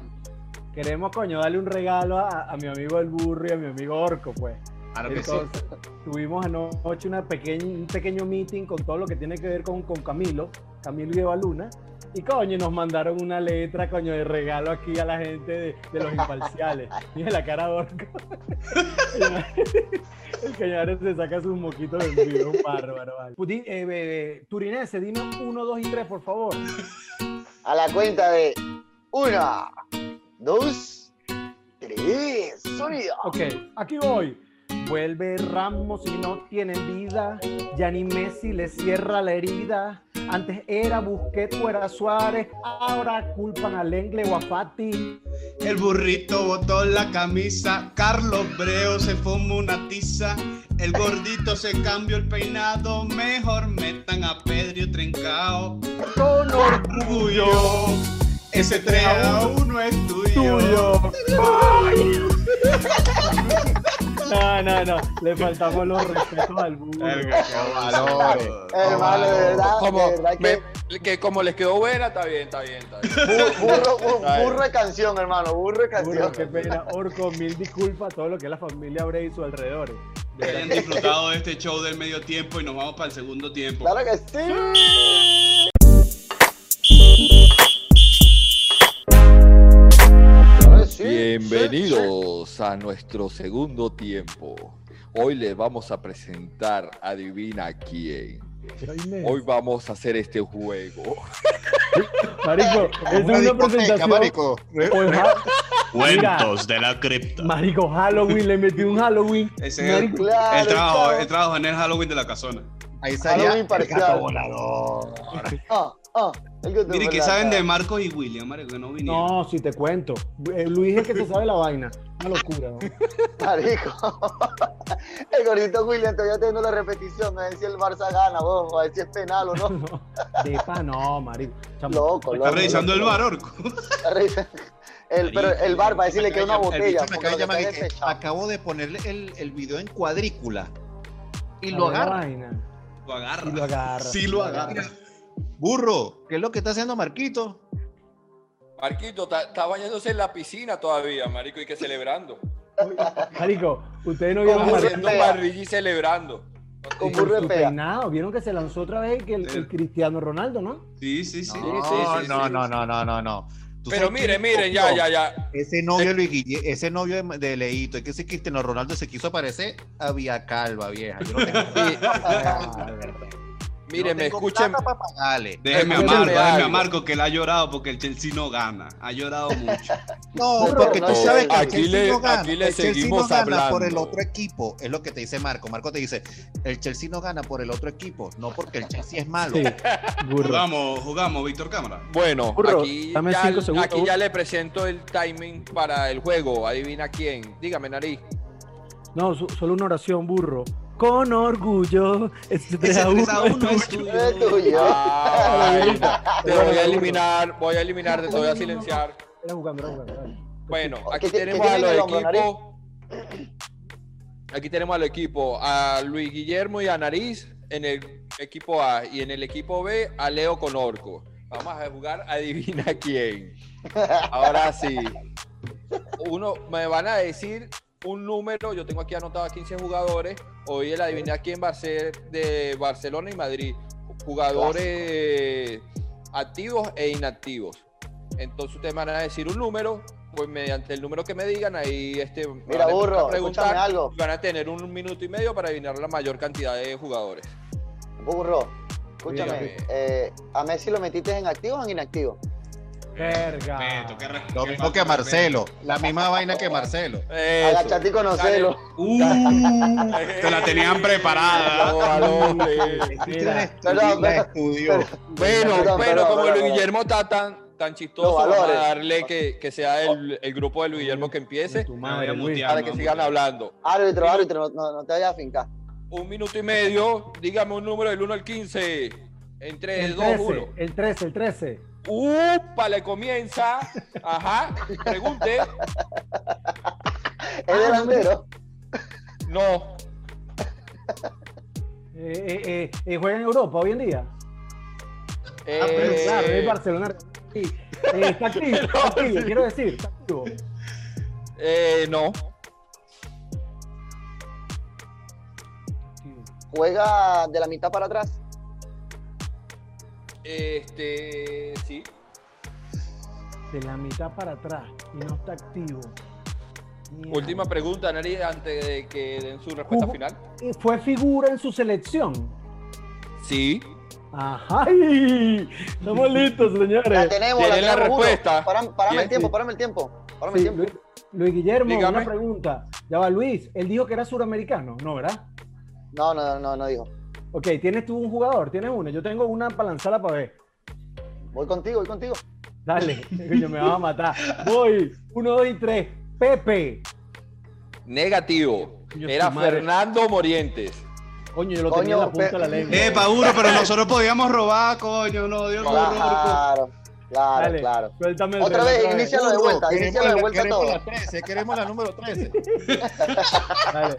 queremos, coño, darle un regalo a, a mi amigo el burro y a mi amigo Orco, pues. Claro que sí. Entonces, tuvimos anoche una pequeña, un pequeño meeting con todo lo que tiene que ver con, con Camilo, Camilo Lleva Luna. Y coño, nos mandaron una letra, coño, de regalo aquí a la gente de, de los imparciales. <laughs> Mira la cara de Orco. El cañares se saca sus moquitos del vivo, un bárbaro. vale. Di- eh, eh, Turinense, dime uno, dos y tres, por favor. A la cuenta de una, dos, tres. Sonido. Ok, aquí voy. Vuelve Ramos y no tienen vida. Ya ni Messi le cierra la herida. Antes era Busquets o era Suárez. Ahora culpan a Lengle o a Fati. El burrito botó la camisa, Carlos Breo se fumó una tiza, el gordito se cambió el peinado, mejor metan a Pedro Trincao. Con Orgullo, ese 3 a 1 es tuyo. orgullo. <laughs> No, no, no. Le faltamos los respetos al burro. Verga, qué valores. Hermano, de verdad, Como, de verdad que me- que como les quedó buena, está bien, está bien, está bien. bu- burro, bu- Ay. burro de canción, hermano, burro de Burro, canción. qué pena. Orco, mil disculpas a todo lo que es la familia Bray y sus alrededores. Que hayan disfrutado de este show del medio tiempo y nos vamos para el segundo tiempo. Claro que sí. Sí, sí, Bienvenidos a nuestro segundo tiempo. Hoy les vamos a presentar Adivina quién. Hoy vamos a hacer este juego. Marico, es Una una discoteca, presentación. marico. eh". Pues, ja- Cuentos de la cripta. Marico, Halloween, le metí un Halloween. Ese es sí. el, Marico, Claro, el trabajo, chao. el trabajo en el Halloween de la casona. Ahí Algo salía. imparcial. volador. Ah, ah, el que tú, Mire, ¿qué ¿verdad? saben de Marcos y William, marico, que no vinieron? No, si te cuento. Eh, Luis es que se sabe la vaina. Una locura. <laughs> ¿no? Marico. <laughs> El gordito William todavía teniendo la repetición. A ver si el Barça gana, vos. A ver si es penal o <laughs> no. De pa, no, marico. Chamo, Loco, loco. Está revisando el loco. bar, Orco. Está revisando- El, pero el bar va a decirle que es una El bicho botella. me porque acaba de lo que llamar está y que, despechado. acabo de ponerle el, el video en cuadrícula. Y la lo agarra. vaina. <laughs> Lo agarra. Y lo agarra. Sí lo agarra. Burro, ¿qué es lo que está haciendo Marquito? Marquito, está está bañándose en la piscina todavía, marico, y que celebrando. Marico, ustedes no vieron Como Burro de haciendo Marquito pega. parrilla y celebrando. con Con burro de su pega. peinado. Vieron que se lanzó otra vez que el, Sí. el Cristiano Ronaldo, ¿no? Sí, sí, sí. No, sí, sí, no, sí. no, no, no, no, no. ¿Tú Pero sabes miren, quién miren, ya, copió? ya, ya. Ese novio, de Luis Guille- ese novio de, de Leito, es que ese Cristiano Ronaldo se quiso parecer a Vía Calva, vieja. Yo no tengo Miren, me escuchen. para pagarle. Déjeme a Escúchame Marco, déjeme a algo. Marco, que él ha llorado porque el Chelsea no gana. Ha llorado mucho. No, Burro, porque no, tú sabes que el aquí Chelsea le- no gana. aquí le el Chelsea no seguimos gana por hablando. el otro equipo. Es lo que te dice Marco. Marco te dice, el Chelsea no gana por el otro equipo, no porque el Chelsea es malo. Sí. Burro. Jugamos, jugamos, Víctor Cámara. Bueno, Burro, aquí, dame ya, cinco segundos. aquí ya le presento el timing para el juego. Adivina quién. Dígame, nariz. No, su- solo una oración, burro. Con orgullo. <laughs> Ese 3 a 1 es <laughs> Es tuyo. ¿eh? Ah, ahí está. te Bueno, voy a burro. eliminar, voy a eliminar, te voy a No, no, no, no. silenciar. <laughs> Era jugando, era jugando. dale. Bueno, aquí Pues ¿Qué- qué- tenemos qué a los tiene el hombro, equipos. Aquí tenemos al equipo, a Luis Guillermo y a Nariz en el equipo A y en el equipo B a Leo con Orco. Vamos a jugar adivina <laughs> quién. Ahora sí. Uno me van a decir un número, yo tengo aquí anotado a 15 jugadores. Hoy el adivina quién va a ser de Barcelona y Madrid. Jugadores activos e inactivos. Entonces ustedes me van a decir un número, pues mediante el número que me digan, ahí este, me Mira, van a burro, preguntar, escúchame algo. y Van a tener un minuto y medio para adivinar la mayor cantidad de jugadores. Burro, escúchame. Dígame. eh, ¿A Messi lo metiste en activo o en inactivo? Verga. Beto, qué respeto. Lo qué mismo falta que de Marcelo. La misma vaina que Marcelo. Eso. Agachate y conocelo. respeto. Uh, te la tenían Ah, <laughs> preparada. Mira, Perdón, La perdón. estudió. Bueno, Perdón, bueno, como perdón, perdón, Luis perdón. Guillermo está tan, tan chistoso, Los vamos a valores. darle que, que sea el, el grupo de Luis Guillermo que de empiece tu Me voy a madre, Luis. mutear. para que sigan hablando. Árbitro, árbitro, no, no, no te vayas a fincar. Un minuto y medio, dígame un número del 1 al 15. Entre El 2, 13, 1. el 13, el 13. Upa, le comienza. Ajá, pregunte. Es delantero. No, Eh, eh, eh, eh, juega en Europa hoy en día. Ah, pero Eh, claro, es Barcelona. Sí. Eh, está activo, está activo, quiero decir, está activo. eh, no. Juega de la mitad para atrás. Este, sí. De la mitad para atrás y no está activo. Mierda. Última pregunta, Nari, antes de que den su respuesta Hugo. final. Eh, Fue figura en su selección. Sí. Ajá. <laughs> ¡Ay! Estamos listos, La señores. tenemos, Tiene la tenemos, burro. respuesta. Param- Parame Tiene- el tiempo, parame el tiempo. Parame Sí, el tiempo. Luis, Luis Guillermo, Dígame. una pregunta. Ya va, Luis. Él dijo que era suramericano, ¿no, verdad? No, no, no, no dijo. Ok, tienes tú un jugador, tienes uno. Yo tengo una para lanzarla para ver. Voy contigo, voy contigo. <laughs> Dale, coño, me vas a matar. Voy, uno, dos y tres. Pepe. Negativo. Coño, Era su madre. Fernando Morientes. Coño, yo lo Coño, tenía en la punta de la Pepe. lengua. Eh, Pauro, pero nosotros podíamos robar, coño, no, Dios mío. Claro, claro, Dale, claro. Suéltame el Otra reloj, vez, inícialo de vuelta, Queremos inícialo de la- vuelta queremos todo. la 13, queremos la número 13. Dale.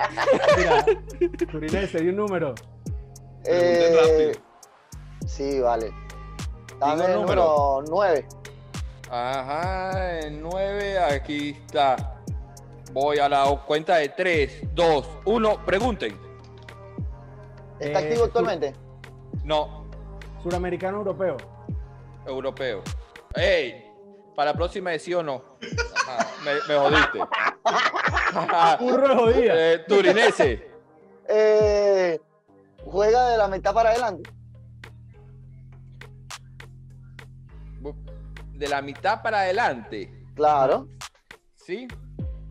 Mira, Turinese, di un número. Eh, Pregunten rápido. sí, vale. Digo Dame el número. número 9. Ajá, el 9, aquí está. Voy a la cuenta de 3, 2, 1. Pregunten. ¿Está Eh, activo actualmente? No, Suramericano europeo. europeo. ¡Ey! Para la próxima es sí o no. Ajá, me, me <laughs> jodiste. <laughs> Ajá. Burro de jodida. Eh, Turinese. Eh, juega de la mitad para adelante. De la mitad para adelante. Claro. ¿Sí?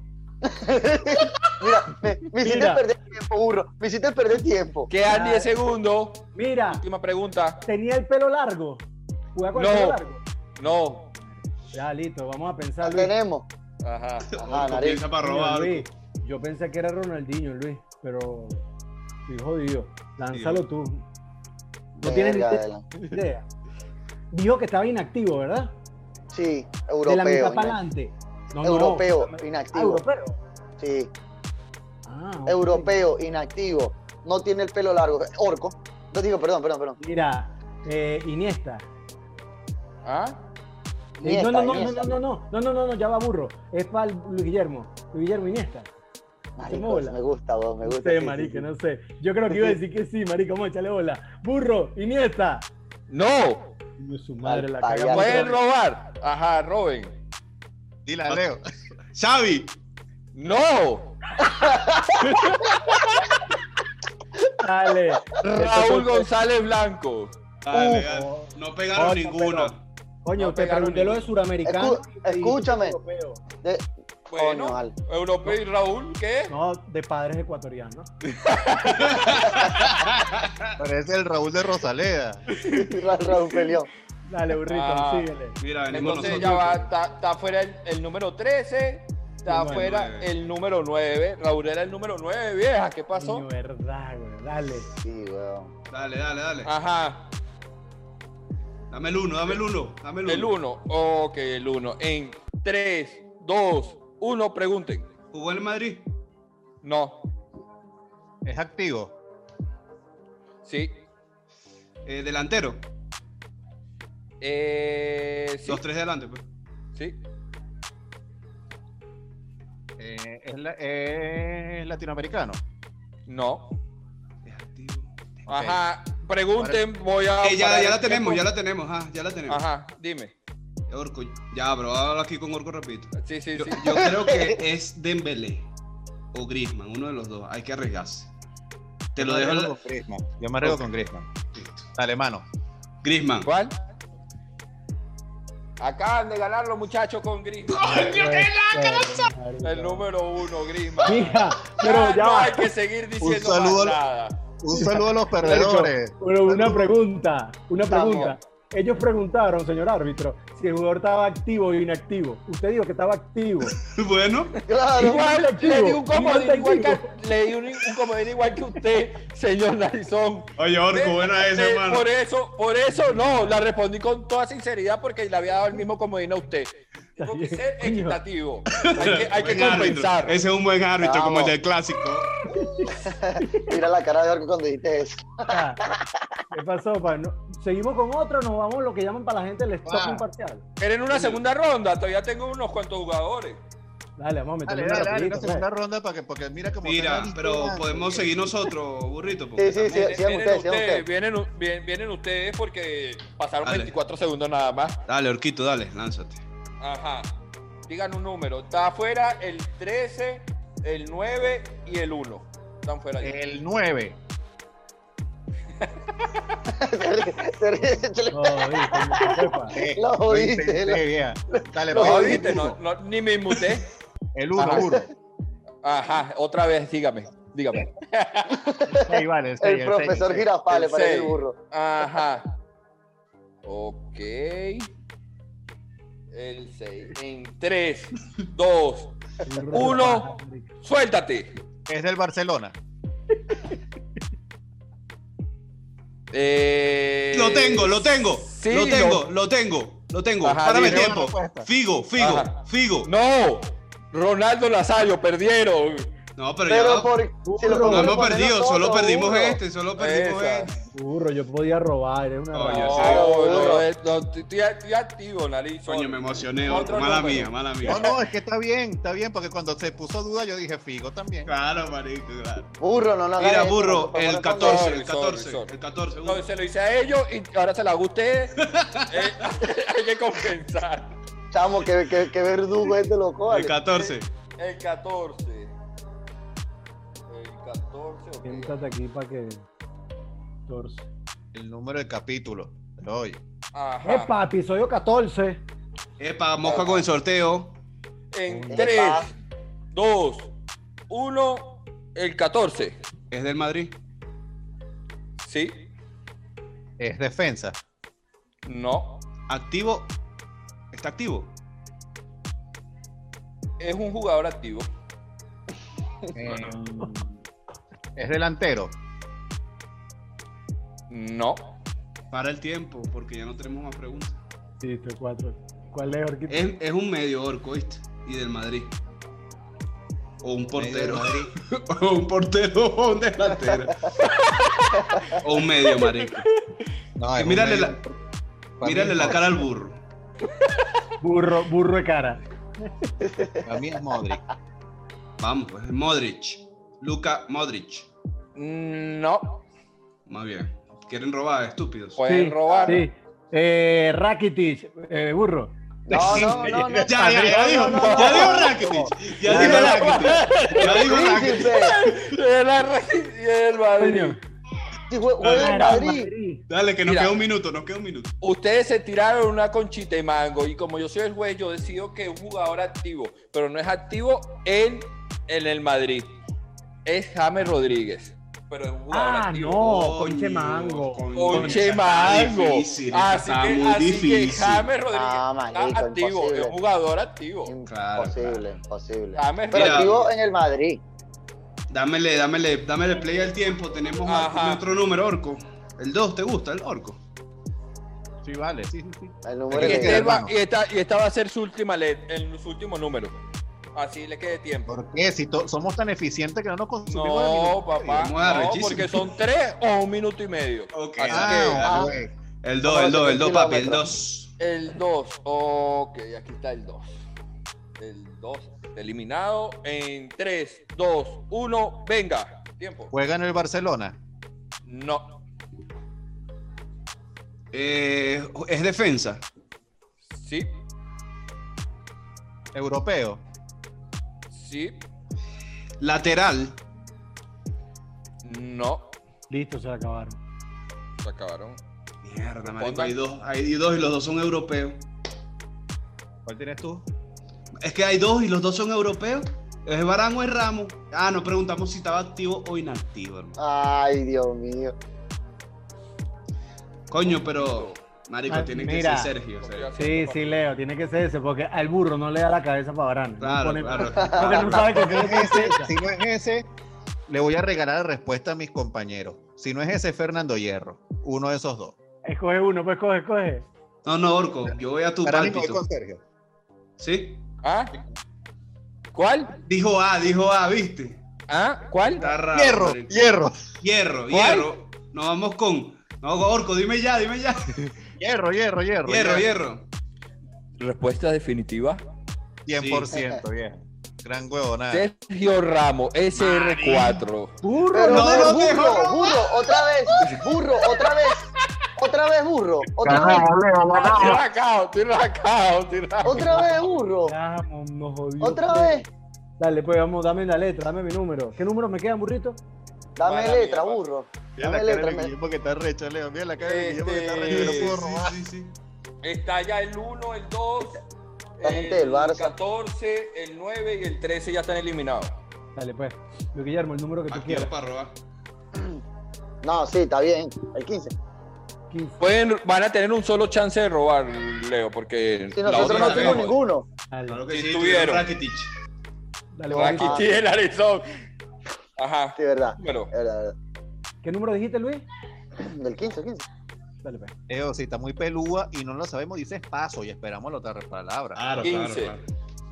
Mira, <laughs> me, me hiciste Mira. perder tiempo, burro. Me hiciste perder tiempo. Quedan 10 segundos. Mira, Última pregunta. tenía el pelo largo. Jugaba con No. el pelo largo. No. Ya, listo, vamos a La pensar, Luis. tenemos. Ajá. Ajá, Orco, nariz. piensa para Mira, robar. Luis, yo pensé que era Ronaldinho, Luis, pero estoy jodido. Lánzalo tú. No tienes ni Verga, idea. adelante. idea. Dijo que estaba inactivo, ¿verdad? Sí, de la mitad europeo. para ina- adelante. No, no, Europeo, no. Ah, inactivo. europeo. Sí, Ah, ok. europeo, inactivo. No tiene el pelo largo. Orco. No digo, perdón, perdón, perdón. Mira, eh, Iniesta. ¿Ah? Eh, no, Iniesta, no, no, no, Iniesta. no, no, no, no, no, no, no, ya va burro. Es para Luis Guillermo. Luis Guillermo Iniesta. Marico, mola. me gusta, vos, me No gusta. sé, sí, sí, marica, sí. no sé. Yo creo que iba a decir que sí, marica, vamos a echarle bola. Burro, Iniesta. No. Coño, Su madre la Al caga. payaso. Pueden robar. Ajá, roben. Dila, Leo. Xavi, No. Dale. Raúl González Blanco. Dale, Uf. dale. no pegaron Otra, ninguna. Coño, No te pegaron pregunté lo de ninguno. suramericano. Escu- y dijiste escúchame. europeo. De- Bueno, Coño, vale. europeo y Raúl, ¿qué? No, de padres ecuatorianos. Parece el Raúl de Rosaleda. Ra- Raúl Pelión. Dale, burrito, Ah. síguele. Mira, venimos Entonces ya nosotros. va, está, está fuera el, el número 13, está Número fuera nueve. el número 9. Raúl era el número 9, vieja, ¿qué pasó? Coño, verdad, güey, dale. Sí, weón. Dale, dale, dale. Ah. Ajá, Dame el uno, dame el uno, dame el uno. el 1. Ok, el 1. En 3, 2, 1, pregunten. ¿Jugó en el Madrid? No, Es activo. sí. Eh, delantero. Eh, sí, Los tres delante, pues. sí. Eh, es, la- es latinoamericano. No. Es activo. Ajá, pregunten, voy a... Eh, ya, parar ya la el tiempo. tenemos, ya la tenemos, ah, ya la tenemos. Ajá, dime. Orco, ya, bro, hablo aquí con Orco repito. Sí, sí, Yo, sí. yo creo <laughs> que es Dembélé o Griezmann, uno de los dos. Hay que arriesgarse. Te lo dejo. Yo me al- arreglo con Griezmann. Yo me arreglo Ok. con Griezmann. Listo. Dale, mano. Griezmann. ¿Cuál? Acaban de ganar los muchachos con Griezmann. <laughs> ¡Coño, qué Pues, lacra! El número uno, Griezmann. Mija, Ya pero ya no va. hay que seguir diciendo más saludo a- nada. Un saludo a los perdedores. Pero una pregunta, una Vamos. pregunta. Ellos preguntaron, señor árbitro, si el jugador estaba activo o inactivo. Usted dijo que estaba activo. <laughs> Bueno, Claro. Igual, activo, le di un comodín igual igual de que, le di un, un comodín igual que usted, señor Narizón. oye, Orco, buena esa, Eh, hermano. Por eso, por eso no, la respondí con toda sinceridad porque le había dado el mismo comodín a usted. Tengo que ser Coño. <laughs> equitativo. Hay que, hay que Buen árbitro. compensar. Ese es un buen árbitro, como el Vamos. del clásico. Mira la cara de Orco cuando dijiste eso. <laughs> Ah, ¿Qué pasó, pa? No- ¿Seguimos con otro? ¿Nos vamos lo que llaman para la gente el stop Ah. imparcial? Pero en una segunda ronda todavía tengo unos cuantos jugadores. Dale, vamos a meterle una Dale, dale, dale, una rapidito, segunda pues. ronda para que, porque mira como Mira, pero podemos seguir nosotros, burrito. Sí, porque sí, sí, Vienen- vienen sigan ustedes, sigan ustedes, ustedes. vienen, u- vien- vienen ustedes porque pasaron Dale. 24 segundos nada más. Dale, Orquito, dale, lánzate. Ajá. Digan un número. Está afuera el 13, el 9 y el 1. Están fuera. ya. El 9. Se ríe, se ríe, se le- No, oye, coño, sepa. Eh, Lo jodiste, lo- Dale, lo pues, No, jodiste. ¿viste? No, no, ni me inmuté. El 1, Ajá. 1. Ajá, otra vez, dígame, dígame. Ahí vale, el seis, El el profesor seis, el Girafales el parece el seis. burro. Ajá. Ok. El 6. En 3, 2, Uno. suéltate. seis. Es del Barcelona. Eh, Lo tengo, lo tengo, sí, lo tengo, lo tengo, lo tengo. Ajá, Párame dime una tiempo. respuesta. Figo, Figo, Ajá. Figo. No, No, Ronaldo Lazario, perdieron. pero, Pero ya por si lo Burro. no podemos hemos poner perdido, nosotros, solo perdimos burro. este, solo perdimos Esa. este. Burro, yo podía robar, es una No, rata. yo No, sé. no, Burro. es- no, estoy, estoy- estoy activo, nariz. Coño, me emocioné, Otro Orco. Mala número. mía, mala No, mía. no, es que está bien, está bien, porque cuando se puso duda yo dije Figo también. Claro, marico, claro. Burro, no, no. hagas Mira, eso, burro, por favor, el no 14, hagas el eso. sorry, 14, sorry. el uh, 14. No, se lo hice a ellos y ahora se la hago a ustedes. <laughs> Eh, <laughs> hay que compensar. Chamo, que, que, que verdugo este loco. El vale. 14. El 14. El 14. ok. Siéntate aquí para que... Torce. El número del capítulo. Pero oye, Ajá. Epa, episodio 14. Epa, mosca con el sorteo. En Epa. 3, 2, 1. El 14. Es del Madrid. Sí. es defensa. No. Activo. Está activo. Es un jugador activo. Eh, es delantero. No. Para el tiempo, porque ya no tenemos más preguntas. Sí, estoy cuatro. ¿Cuál es, Orquídea? Es, es un medio orco, ¿viste? Y del Madrid. O un portero. <laughs> o un portero <laughs> o un delantero. o un medio, marico. No, Y es un mírale medio- la- para mí Mírale es la Modric, cara al burro. Burro, burro de cara. Para mí es Modric. Vamos, pues. Modric. Luca Modric. No. <laughs> Más bien. Quieren robar, estúpidos. Pues, Pueden Sí, robar. Sí. Eh, Rakitic, eh, burro. No, no, no, no. ya, ya, ya, no, dijo. no, no, ya no. dijo Rakitic. Ya dijo Rakitic. Ya dijo Rakitic. Príncipe, El Arre- y el Madrid. si jue- juega en Ah, Era Madrid. Dale, que nos Mira. queda un minuto, nos queda un minuto. Ustedes se tiraron una conchita de mango y como yo soy el juez, yo decido que es un jugador activo, pero no es activo en, en el Madrid. Es James Rodríguez. Pero es un jugador Ah, activo. no, conche mango. Conche mango. mango. Ah, Así está que, muy así que difícil. James Rodríguez Ah, marico, está activo, imposible. es un jugador activo. Claro, Imposible, imposible. James Pero Mira. activo en el Madrid. Dámele, dámele, dámele play al tiempo. Tenemos a- Ajá. otro número, Orco. El 2, ¿te gusta el Orco? Sí, vale, sí, sí, sí. El Hay número Y, que de- este quedar, va- hermano. y esta, y esta va a ser su última let- el, su último número. Así le quede tiempo. ¿Por qué? Si to- somos tan eficientes que no nos consumimos el No, minuto. papá. Vamos a No, rechísimo. porque son tres o un minuto y medio. Ok. Así Ah, Ah. güey. El Vamos 2, a el 2, el 2, papi, el kilómetros. 2. que el 2. Ok, aquí está el 2. El 2 eliminado en 3, 2, 1. Venga. Tiempo. Juega en el Barcelona. No. Eh, es defensa. Sí. Europeo. Sí. Lateral. No. Listo, se la acabaron. Se acabaron. Mierda, marico, Respondan. hay dos, hay dos y los dos son europeos. ¿Cuál tienes tú? Es que hay dos y los dos son europeos. Es Barán o es Ramos. Ah, nos preguntamos si estaba activo o inactivo, hermano. Ay, Dios mío. Coño, pero. Marico, Ah, tiene mira. que ser Sergio. o sea, Sí, sí, Leo, tiene que ser ese, porque al burro no le da la cabeza para Varane. No Claro, pone- claro. Porque no sabe que tiene <laughs> que ser Si no es ese, le voy a regalar la respuesta a mis compañeros. Si no es ese, Fernando Hierro. Uno de esos dos. Escoge uno, pues coge, coge. No, no, Orco, yo voy a tu Para mí me voy pálpito. con Sergio. ¿Sí? ¿Ah? ¿Cuál? Dijo A, dijo A, ¿viste? ¿Ah? ¿Cuál? Está raro. Hierro, marico. hierro. Hierro, ¿Cuál? hierro. Nos vamos con. No, Orco, dime ya, dime ya. Hierro, hierro, hierro. Hierro, hierro. Respuesta definitiva. 100%, bien. Gran huevonada. Sergio Ramos, SR4. Burro, Pero No, pero no, que burro, no. burro, otra vez, burro, otra vez, otra vez burro, otra vez, Estoy racao, estoy racao, estoy racao. otra vez burro, Vamos, nos jodió. otra vez. Dale, pues vamos, dame la letra, dame mi número. ¿Qué número me queda, burrito? Dame Mala letra, mía, burro. Mira Dame la cara letra, de me- Guillermo que está recho, Leo. Mira la cara de Guillermo que está Este, recho. que No puedo robar. sí, sí. Está ya el 1, el 2, La gente del Barça. el 14, el 9 y el 13 ya están eliminados. Dale, pues. Luis Guillermo, el número que tú Aquí es quieras. para robar. No, sí, está bien, el 15. 15. Pueden, van a tener un solo chance de robar, Leo, porque Si otra la nosotros no la tenemos vemos. ninguno. Dale, Claro que Sí, sí, tuvieron. Rakitic. dale, Ah, Aquí Burrito. tiene el Arizón. Ajá. Sí, verdad, Número. es verdad, ¿Qué número dijiste, Luis? es verdad. Del 15, 15. Dale, pues. Leo, si está muy pelúa y no lo sabemos, dices paso y esperamos la otra palabra. Claro, claro, 15. claro.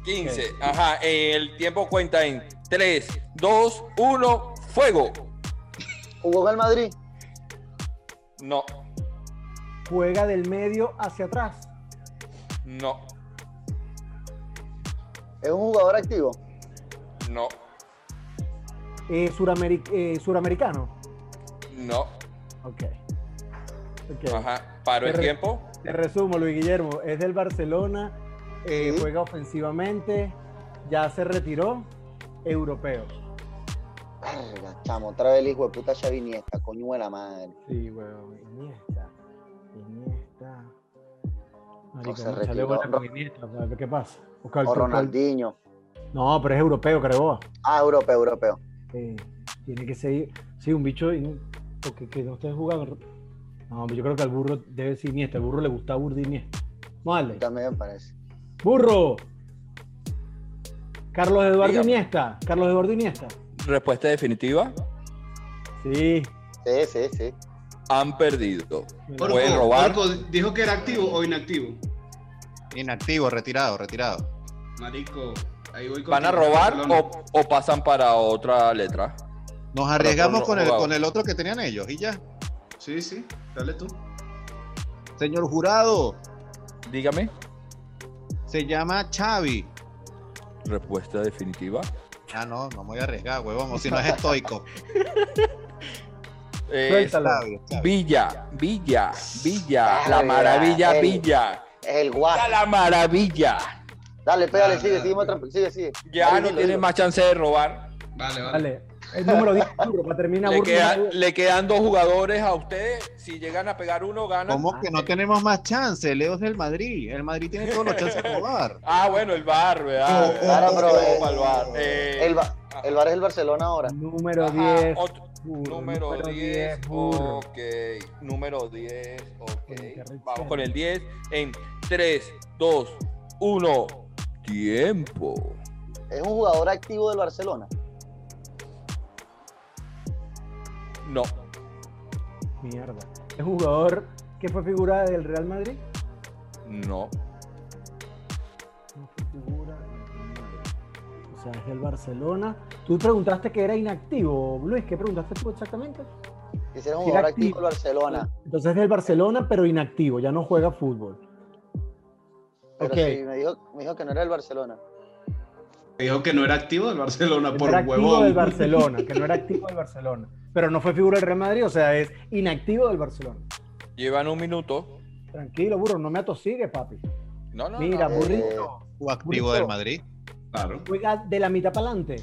15. Ajá. eh, El tiempo cuenta en 3, 2, 1, fuego. Jugó con el Madrid, No, Juega del medio hacia atrás. no, es un jugador activo. no, Eh, surameri- eh, suramericano. no. Ok. Ok. Ajá. Paro el Re- tiempo. Te resumo, Luis Guillermo. Es del Barcelona, eh, Sí. juega ofensivamente, ya se retiró, europeo. Verga, chamo, otra vez el hijo de puta Xavi Iniesta, coño de la madre. Sí, weón. Iniesta. Iniesta. Marico, No se no, échale retiró. bola con Iniesta, pa' ver ¿Qué pasa? Busca el- O busca el- Ronaldinho. No, pero es europeo, creo. Ah, europeo, europeo. Eh, tiene que ser. Sí, un bicho. in- Porque que no esté jugando. No, yo creo que al burro debe ser Iniesta. Al burro le gusta burda Iniesta. Vale. También me parece. Burro. Carlos Eduardo Dígame. Iniesta. Carlos Eduardo Iniesta. Respuesta definitiva. Sí. Sí, sí, sí. Han perdido. Mira, Orco, Pueden robar. Orco dijo que era activo o inactivo. Inactivo, retirado, retirado. Marico, ahí voy con ¿Van a tu robar Barcelona. o, o pasan para otra letra? Nos arriesgamos Pero con el, robado. con el otro que tenían ellos y ya. Sí, sí, dale tú. Señor jurado, Dígame. se llama Xavi. Respuesta definitiva. Ah, no, no me voy a arriesgar, huevón, o si no es <laughs> estoico. Es suéltalo. Xavi, Xavi. Villa, Villa, Villa, Ah, la ya, maravilla, el- Villa, Es el ya guapo. la maravilla. Dale, pégale, Dale, sigue, dale. seguimos, tranqui- sigue, sigue. Ya Dale, no dilo, tiene dilo. más chance de robar. Vale, vale. Vale. El número 10, burro, para terminar, Le, burro. queda- le quedan dos jugadores a ustedes. Si llegan a pegar uno, ganan. ¿Cómo que no tenemos más chance? Leo es del Madrid. El Madrid tiene todos los chances de robar. Ah, bueno, el bar, ¿verdad? Claro, pero, eh, Vamos al VAR. Eh, El, Ba- el bar es el Barcelona ahora. Número ajá, 10. otro- burro, Número 10, burro. ok. Número 10, ok. Oye, qué rico. Vamos con el 10 en 3, 2, 1. Tiempo. Es un jugador activo del Barcelona. No, Mierda. Es un jugador que fue figura del Real Madrid. no, No fue figura del Real Madrid. O sea, es del Barcelona. Tú preguntaste que era inactivo, Luis. ¿Qué preguntaste tú exactamente? Dice, es un Sí, activo. jugador activo del Barcelona. Entonces es del Barcelona, pero inactivo. Ya no juega fútbol. Pero Ok. sí, me dijo, me dijo que no era el Barcelona. Dijo que no era activo del Barcelona Que Ah, por no era activo del huevón. Barcelona, que no era activo del Barcelona. Pero no fue figura del Real Madrid, o sea, es inactivo del Barcelona. llevan un minuto. Tranquilo, burro, no me atosigues, papi. No, no, Mira, no. burrito, O activo Burrito. del Madrid. Claro. juega de la mitad para adelante.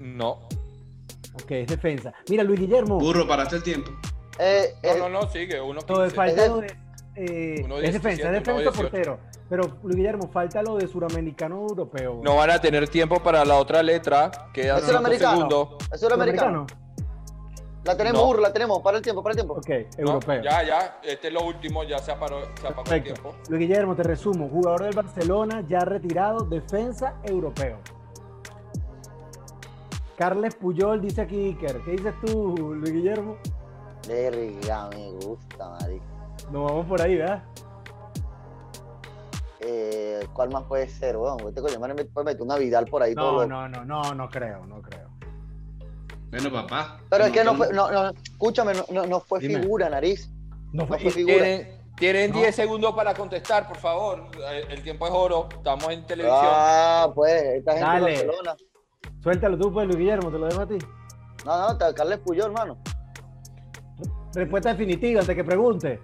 No, Ok, es defensa. Mira, Luis Guillermo, Burro, paraste el tiempo. Eh, no, eh, no, no, sigue. Uno lo de 15. falta Es de- eh, Uno es defensa, 17, es defensa uno portero. Pero, Luis Guillermo, falta lo de suramericano europeo. No van a tener tiempo para la otra letra. Queda Este Es cinco suramericano. segundos. ¿Es suramericano? La tenemos, No. Burr, la tenemos. Para el tiempo, para el tiempo. Ok, No, europeo. ya, ya. Este es lo último. Ya se apagó, se apagó el Perfecto. tiempo. Luis Guillermo, te resumo. Jugador del Barcelona, ya retirado, defensa europeo. Carles Puyol dice aquí Iker. ¿Qué dices tú, Luis Guillermo? Verga, me gusta, marico. Nos vamos por ahí, ¿verdad? Eh, ¿Cuál más puede ser, weón? Este coño, madre, me puede meter una Vidal por ahí. todo No, no, loco. no, no, no creo, no creo. Bueno, papá. Pero es que no te- fue, no, no, escúchame, no, no, no fue Dime. figura, nariz. No pues, No fue- fue figura. Tienen, tienen No. 10 segundos para contestar, por favor. El, el tiempo es oro. Estamos en televisión. Ah, pues, esta gente Dale. de Barcelona. Suéltalo tú, pues, Luis Guillermo, te lo dejo a ti. No, no, te- Carles Puyol, hermano. Respuesta definitiva, antes que pregunte.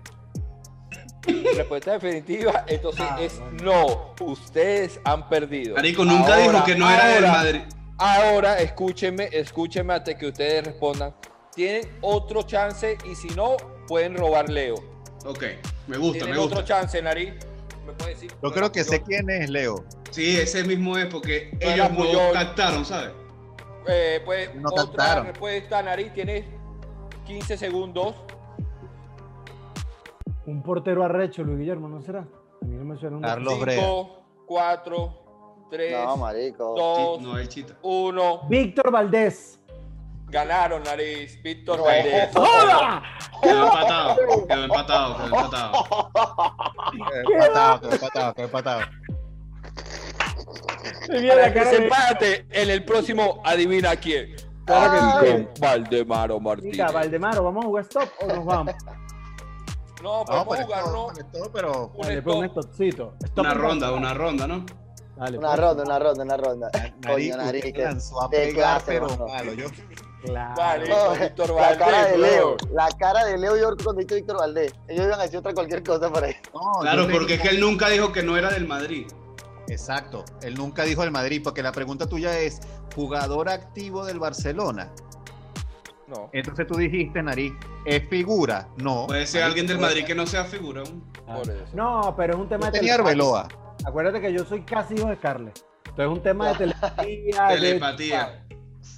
Respuesta definitiva. Entonces Ah, es bueno. no. Ustedes han perdido. Marico nunca dijo Ahora, que no era del ahora, Madrid. Ahora, escúchenme, escúchenme hasta que ustedes respondan. Tienen otro chance y si no, pueden robar Leo. Ok, me gusta, Tienen me otro gusta. chance, Nariz. ¿Me puede decir? Yo creo que sé Yo- quién es Leo. Sí, ese mismo es porque Pero ellos Puyol. no captaron, ¿sabes? Eh, pues, No otra captaron. respuesta, Nariz. Tienes 15 segundos. Un portero arrecho, Luis Guillermo, ¿no será? A mí no me suena un Carlos. Los Brea. 5, 4, 3, No, marico. Chi- 2, No, el chita. 1. Víctor Valdés. Ganaron, Nariz. Víctor No. Valdés. Quedó empatado, quedó empatado, quedó empatado. Qué empatado, qué empatado, qué empatado. Para que se empate en el próximo Adivina quién. Claro que sí. Con Valdemaro Martínez. Mira, Valdemaro, ¿vamos a jugar stop o nos vamos? No, No, pues podemos pero jugar, esto- ¿no? esto, pero Dale, pon un stopcito. Stop Una en ronda, Barcelona. una ronda, ¿no? Dale, Una pues. ronda, una ronda, una ronda. Nariz, Coño, nariz, usted que- lanzó a de pegar, clase, pero mano. malo. Yo, Claro. <laughs> Vale. No, Víctor la cara Valdés, de Leo, weón. la cara de Leo York cuando dijo Víctor Valdés. Ellos iban a decir otra cualquier cosa por ahí. no, Claro, yo porque es tengo- que él nunca dijo que no era del Madrid. Exacto, él nunca dijo el Madrid, porque la pregunta tuya es, jugador activo del Barcelona. No. Entonces tú dijiste, Nariz, ¿es figura? No. Puede ser alguien del Madrid que no sea figura. Por eso. No, pero es un tema Yo de tenía telepatía. Arbeloa. Acuérdate que yo soy casi hijo de Carles. Entonces es un tema de telepatía. de- Telepatía.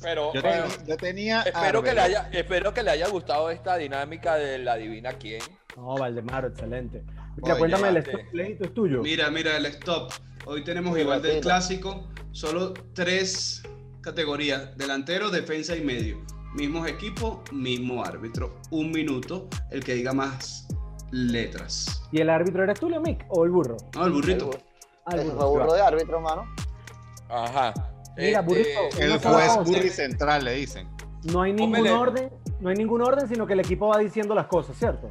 Pero Yo, bueno, tenía- yo tenía espero, que le Arbeloa. haya, espero que le haya gustado esta dinámica del Adivina quién. No, Valdemaro, excelente. Mira, Oye, cuéntame el vale. stop pleito es tuyo. Mira, mira el stop. Hoy tenemos Muy igual del latino. clásico, solo tres categorías: delantero, defensa y medio. Mismos equipos, mismo árbitro. Un minuto, el que diga más letras. ¿Y el árbitro eres tú, Leomic? ¿O el burro? No, el burrito. Ah, el Eso burro, fue burro sí, de árbitro, hermano. Ajá. Este, Mira, burrito. El Una sola juez cosa. Burri Central, le dicen. va. No hay ningún Pónmele. orden, no hay ningún orden, sino que el equipo va diciendo las cosas, ¿cierto?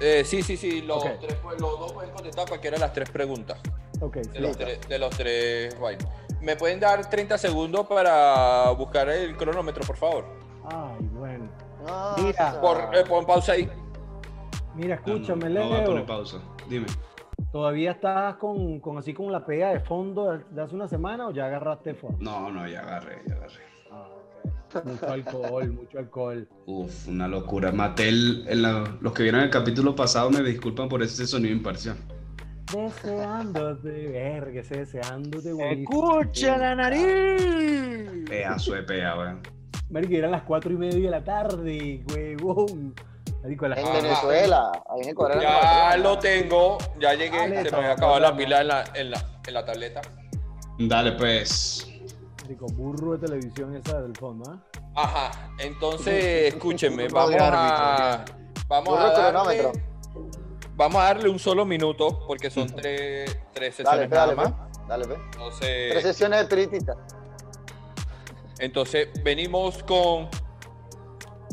eh, sí, sí, sí. Los, Ok. tres, pues, los dos pueden contestar cualquiera de las tres preguntas. Ok, sí. De los tres, de los tres vainas. ¿Me pueden dar 30 segundos para buscar el cronómetro, por favor? Ay, bueno. No, Mira, o sea, Por, eh, pon pausa ahí. Mira, Ah, No, no, escúchame, no, va a Leo. poner pausa. Dime. ¿Todavía estás con, con así con la pega de fondo de- de hace una semana o ya agarraste forma? No, no, ya agarré, ya agarré. Ah, ok. Mucho alcohol, mucho alcohol. Uf, una locura. Matel, en la- los que vieron el capítulo pasado me disculpan por ese sonido imparcial. Deseándote, verga, ese deseándote, güey. Escucha la nariz. Pedazo de pea, weón. Marico, eran las cuatro y media de la tarde, huevón. Marico, a las En Ajá. Venezuela, ahí en Ecuador. Ya lo tengo. Ya llegué. Ah, Dale, Se me había chaval, acabado la vamos. pila en la, en la- en la tableta. Dale, pues. <laughs> marico, burro de televisión esa del fondo, ¿ah? Ajá, <laughs> entonces escúchenme, Burro vamos de a, vamos, Burro a de darle, cronómetro. vamos a darle un solo minuto porque son tres, tres Dale, sesiones pe, nada dale, más. pe. Dale, pues. pe. Tres Entonces, sesiones de espiritista. entonces venimos con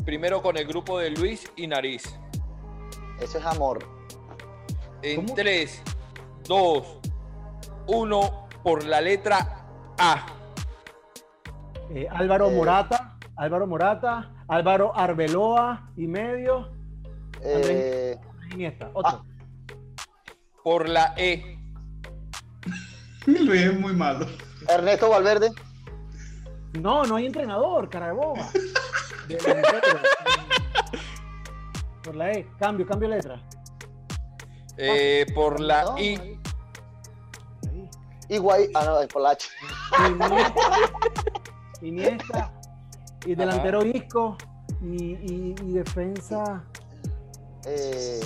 primero con el grupo de Luis y Nariz. Eso es amor. En ¿Cómo? 3, 2, 1, por la letra A. Eh, Álvaro Eh. Morata, Álvaro Morata, Álvaro Arbeloa y medio, Eh, Iniesta, Ah. otro. Por la E. Luis es muy malo. Ernesto Valverde. No, no hay entrenador, cara de <laughs> boba. Delantero. mm, Por la E, cambio, cambio letra. Eh, por la No, I. marico. Higuaín, ah, no, es Polacho. Iniesta, Iniesta, y delantero Isco y, y- y defensa. Eh,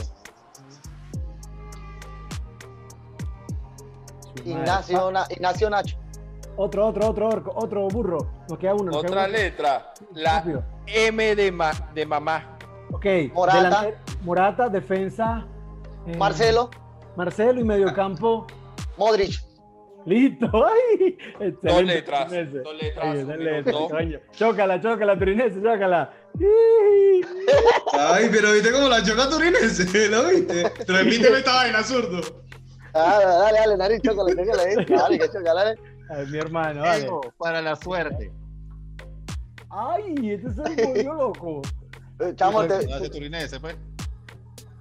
Su Ignacio, madre. Na- Ignacio Nacho. Ah, Otro, otro, otro orco, otro burro. Nos queda uno. nos queda Otra uno. letra, la Rápido. M de, ma- de mamá. Ok. Morata. delantero- Morata, defensa. eh, Marcelo, Marcelo y <laughs> mediocampo. Modric. Listo. Ay, Dos excelente, letras, Trinese. dos letras. Ay, un excelente, minuto. coño. Chócala, chócala, Trinese, chócala. Ih. Ay, pero viste cómo la choca turinense, <laughs> ¿lo viste? Repíteme esta vaina, zurdo. Ah, dale, dale, nariz, chócale, chócale. ahí. <laughs> Dale, que chócale. Ay, mi hermano, vale. Ego para la suerte. Ay, este se <laughs> volvió loco. Eh, Chamo, te, No, ese turinense, pues.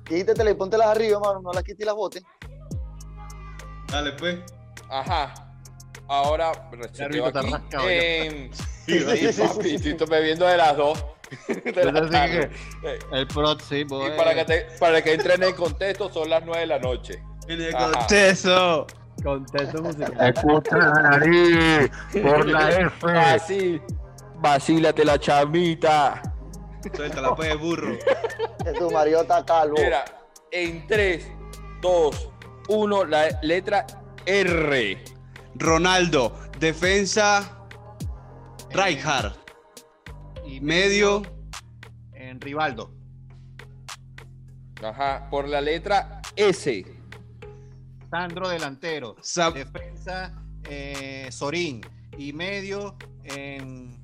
quítatela y póntelas arriba, mano. No las quites y las botes. Dale, pues. Ajá. Ahora, reseteo árbitro está aquí. rascado ya. Eh, Sí, <laughs> sí, papi, estoy bebiendo de las dos. <laughs> de la Entonces, tarde. Eh, El próximo. Y eh. para que, te, para que entren en contexto, son las 9 de la noche. Ajá. Eso. Contexto musical. Escucha la nariz por la F. Vacil, vacílate la chamita. Suéltala, pues, burro. Que tu marido está calvo. Mira, en 3, 2, 1, la letra R. Ronaldo, defensa, Rijkaard. Y Medio, En Rivaldo. Ajá, por la letra S. Sandro delantero. Sa- Defensa eh, Sorín. Y medio en.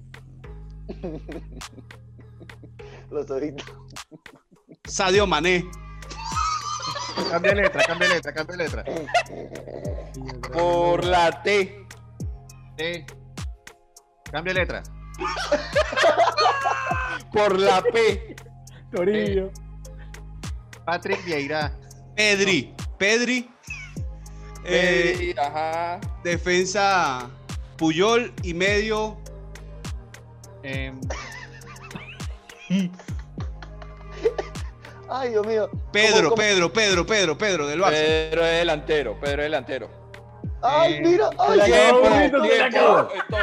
Los ojitos. Sadio Mané. Cambia letra, cambia letra, cambia letra. Por la T. T. Cambia letra. Por la <laughs> P. Torillo. Patrick Vieira. Pedri, Pedri. Eh, Pedri, ajá. defensa, Puyol y medio, en- Ay, Dios mío. Pedro, ¿Cómo, cómo? Pedro, Pedro, Pedro, Pedro del Barça. Pedro es delantero. Pedro es delantero. Ay, mira. Ay, la Dios. acabó, Tiempo, Brito, se la tiempo. acabó. esto-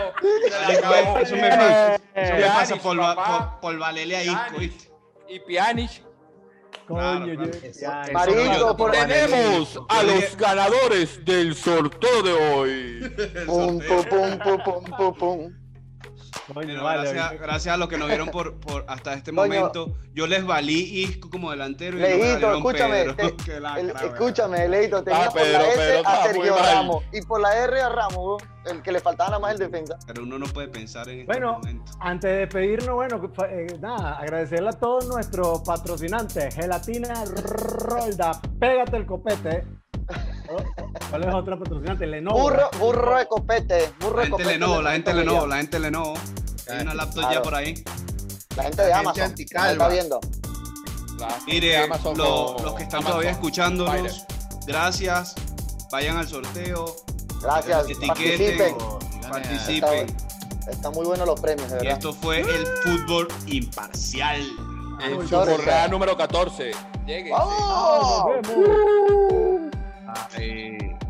Eso me- pues, eso me pasa, eso me eh, Yanis, pasa por, va- papá. por- por valerle a Isco, Yanis. ¿viste? Y Pjanic. Claro, Coño, claro. yo- Eso- ya, eso Marico, no lo- por- Tenemos a Yo los dije- ganadores del sorteo de hoy. Pum, pum, pum, pum, pum, pum, pum. coño, Bueno, vale, gracias, oye. gracias a los que nos vieron por, por hasta este Coño. momento. Yo les valí Isco como delantero y no me Leito, valieron escúchame. Pedro. <laughs> te- Qué lacra, el- weón. escúchame, Leito. Tenía Ah, por la Pedro, S Pedro, a está muy Sergio mal. Ramos. Y por la R a Ramos, el que le faltaba nada más el defensa. Pero uno no puede pensar en este Bueno. momento. Antes de despedirnos, bueno, fa- eh, nada, agradecerle a todos nuestros patrocinantes. Gelatina Rolda, pégate el copete. <laughs> ¿No? ¿Cuál es otro patrocinante? Lenovo. Burro, burro de copete. Burro La de gente copete. Lenovo, la gente le Lenovo, la gente Lenovo. Hay una laptop ya Claro. por ahí. La gente de La gente Amazon. que nos anticalva. está viendo. La- Mire, Amazon lo- con- los que están Amazon. todavía Spider. escuchándonos, eh, gracias. Vayan al sorteo, Gracias. Etiqueten. Participen. Está, participen. está muy buenos los premios, de Y verdad. esto fue el fútbol imparcial. En su Sorry. jornada 아, número 14. Llegue. 네, 뭐. ¡Vamos! Ah, Nos vemos. Ay.